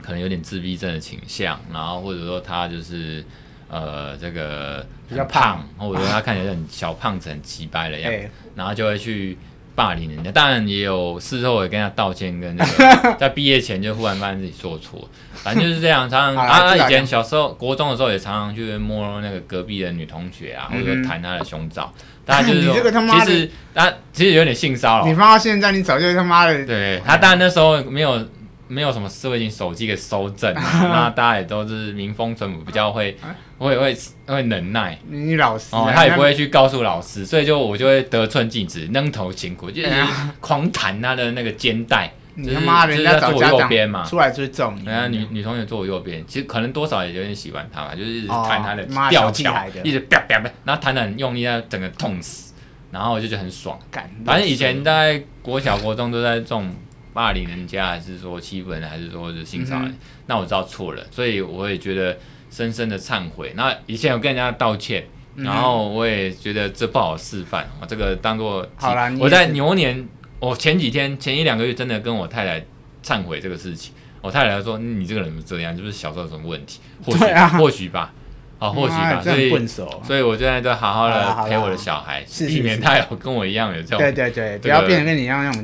A: 可能有点自闭症的倾向，然后或者说他就是呃这个
B: 比较
A: 很胖，或者说他看起来很小胖子很奇掰的样子，
B: 哎，
A: 然后就会去霸凌人家。当然也有事后也跟他道歉，跟那 个在毕业前就忽然发现自己做错，反正就是这样。常常
B: 好啦
A: 啊，
B: 这个
A: 以前小时候国中的时候也常常去摸那个隔壁的女同学啊，或者
B: 嗯
A: 说
B: 哼
A: 弹她的胸罩。大家就是
B: 你这个他妈
A: 说，
B: 的
A: 其实啊，其实有点性骚
B: 你
A: 扰。
B: 放到现在，你早就他妈的，
A: 对他，当然那时候没有。没有什么事，我已经手机给收正 了，那大家也都是民风淳朴，比较会
B: 啊
A: 会会会能耐。
B: 你你老实啊，
A: 哦，他也
B: 那
A: 不会去告诉老师，所以就我就会得寸进尺，扔头轻骨，就是
B: 哎
A: 狂弹他的那个肩带。
B: 你
A: 就是
B: 他妈的
A: 就
B: 人
A: 是在
B: 家找
A: 坐
B: 家
A: 我右
B: 长
A: 边嘛，哎
B: 出来追中你，
A: 人家女女同学坐我右边，其实可能多少也有点喜欢他吧，就是一直
B: 哦
A: 弹他的
B: 妈
A: 吊
B: 小屁
A: 桥
B: 孩的，
A: 一直啪啪啪，然后弹的很用力，他整个痛死，然后我就觉得很爽。
B: 干，
A: 反正以前在国小、国中都在这种霸凌人家，还是说欺负人，还是说是性
B: 嗯
A: 骚扰人，那我知道错了，所以我也觉得深深的忏悔。那以前有跟人家道歉，
B: 嗯哼
A: 然后我也觉得这不好示范，我这个当做
B: 好啦你也
A: 我在
B: 是
A: 牛年，我前几天前一两个月真的跟我太太忏悔这个事情。我太太说：“嗯你这个人怎么这样？是不是小时候有什么问题？或许、
B: 对啊
A: 或许吧，啊、或许吧。
B: 这
A: 所以
B: 样笨手，啊
A: 所以我现在都好好
B: 好啦
A: 的
B: 好啦
A: 陪我的小孩，
B: 是是
A: 避免
B: 是
A: 他有跟我一样有这
B: 对
A: 种
B: 对对，不
A: 这
B: 要
A: 个
B: 变得跟你一样那种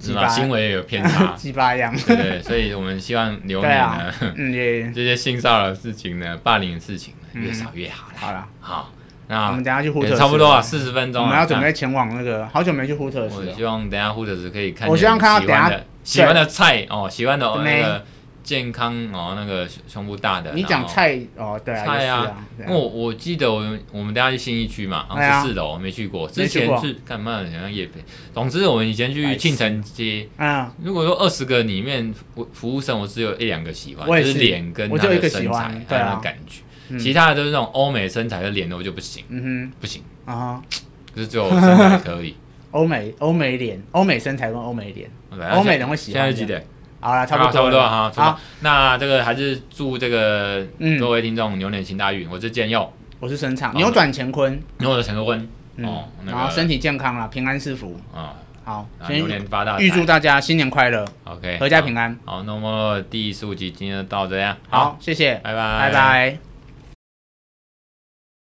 A: 是
B: 鸡
A: 吧？
B: 巴，
A: 行为有偏差
B: 鸡巴 样，
A: 对不对？所以我们希望牛年呢，
B: 嗯也
A: 这些性骚扰的事情呢，霸凌的事情呢，越少越好啦。
B: 好啦，
A: 好，
B: 嗯我
A: 那
B: 们等一下去呼
A: 也
B: 特，
A: 差不多啊，，四十分钟
B: 我
A: 了，
B: 们要准
A: 那
B: 备前往那个，好久没去呼特斯
A: 我
B: 了，
A: 希望等一下或者是可以看，
B: 我希望看到
A: 喜欢
B: 等
A: 的喜欢的菜哦，喜欢的那
B: 妹
A: 个健康哦，那个胸胸部大的。
B: 你讲
A: 然后
B: 菜哦，对啊，
A: 菜
B: 也是
A: 啊
B: 啊，对
A: 我我记得我们我们大家去信义区嘛，好
B: 哎呀
A: 像是四楼，没去过。之
B: 没去过
A: 前是干嘛？好像夜北。总之，我们以前
C: 白
A: 去
C: 痴
A: 庆城街，
B: 啊，
A: 如果说二十个里面服服务生，我只有一两个喜欢，
B: 我也
A: 就是是脸跟
B: 我
A: 他
B: 就一
A: 的
B: 个
A: 身
B: 喜欢
A: 材，还
B: 对
A: 有
B: 啊
A: 那感觉。
B: 嗯
A: 其他的都是那种欧美身材的脸的，我就不行，
B: 嗯
A: 不行，
B: 哼，啊哈，
A: 就是只有身材可以。
B: 欧美欧美脸，欧美身材跟欧美脸，
A: 对
B: 欧美人会喜欢
A: 现在是几点？
B: 好啦，差不
A: 啊差不
B: 多
A: 多
B: 了
A: 哈。差不多
B: 好，
A: 那这个还是祝这个
B: 嗯
A: 各位听众牛年行大运。我是建佑，
B: 我是沈畅，
A: 好
B: 扭转乾坤，
A: 然后我是陈哥温。
B: 嗯
A: 哦，，那
B: 然后
A: 个
B: 身体健康啦，平安是福，
A: 啊，
B: 好，
A: 啊
B: 先
A: 牛年发大财，
B: 预祝大家新年快乐，
A: OK
B: 阖家平安，
A: 好。好，那么第十五集今天就到这样。
B: 好，，谢谢，
A: 拜拜，
B: 拜。拜。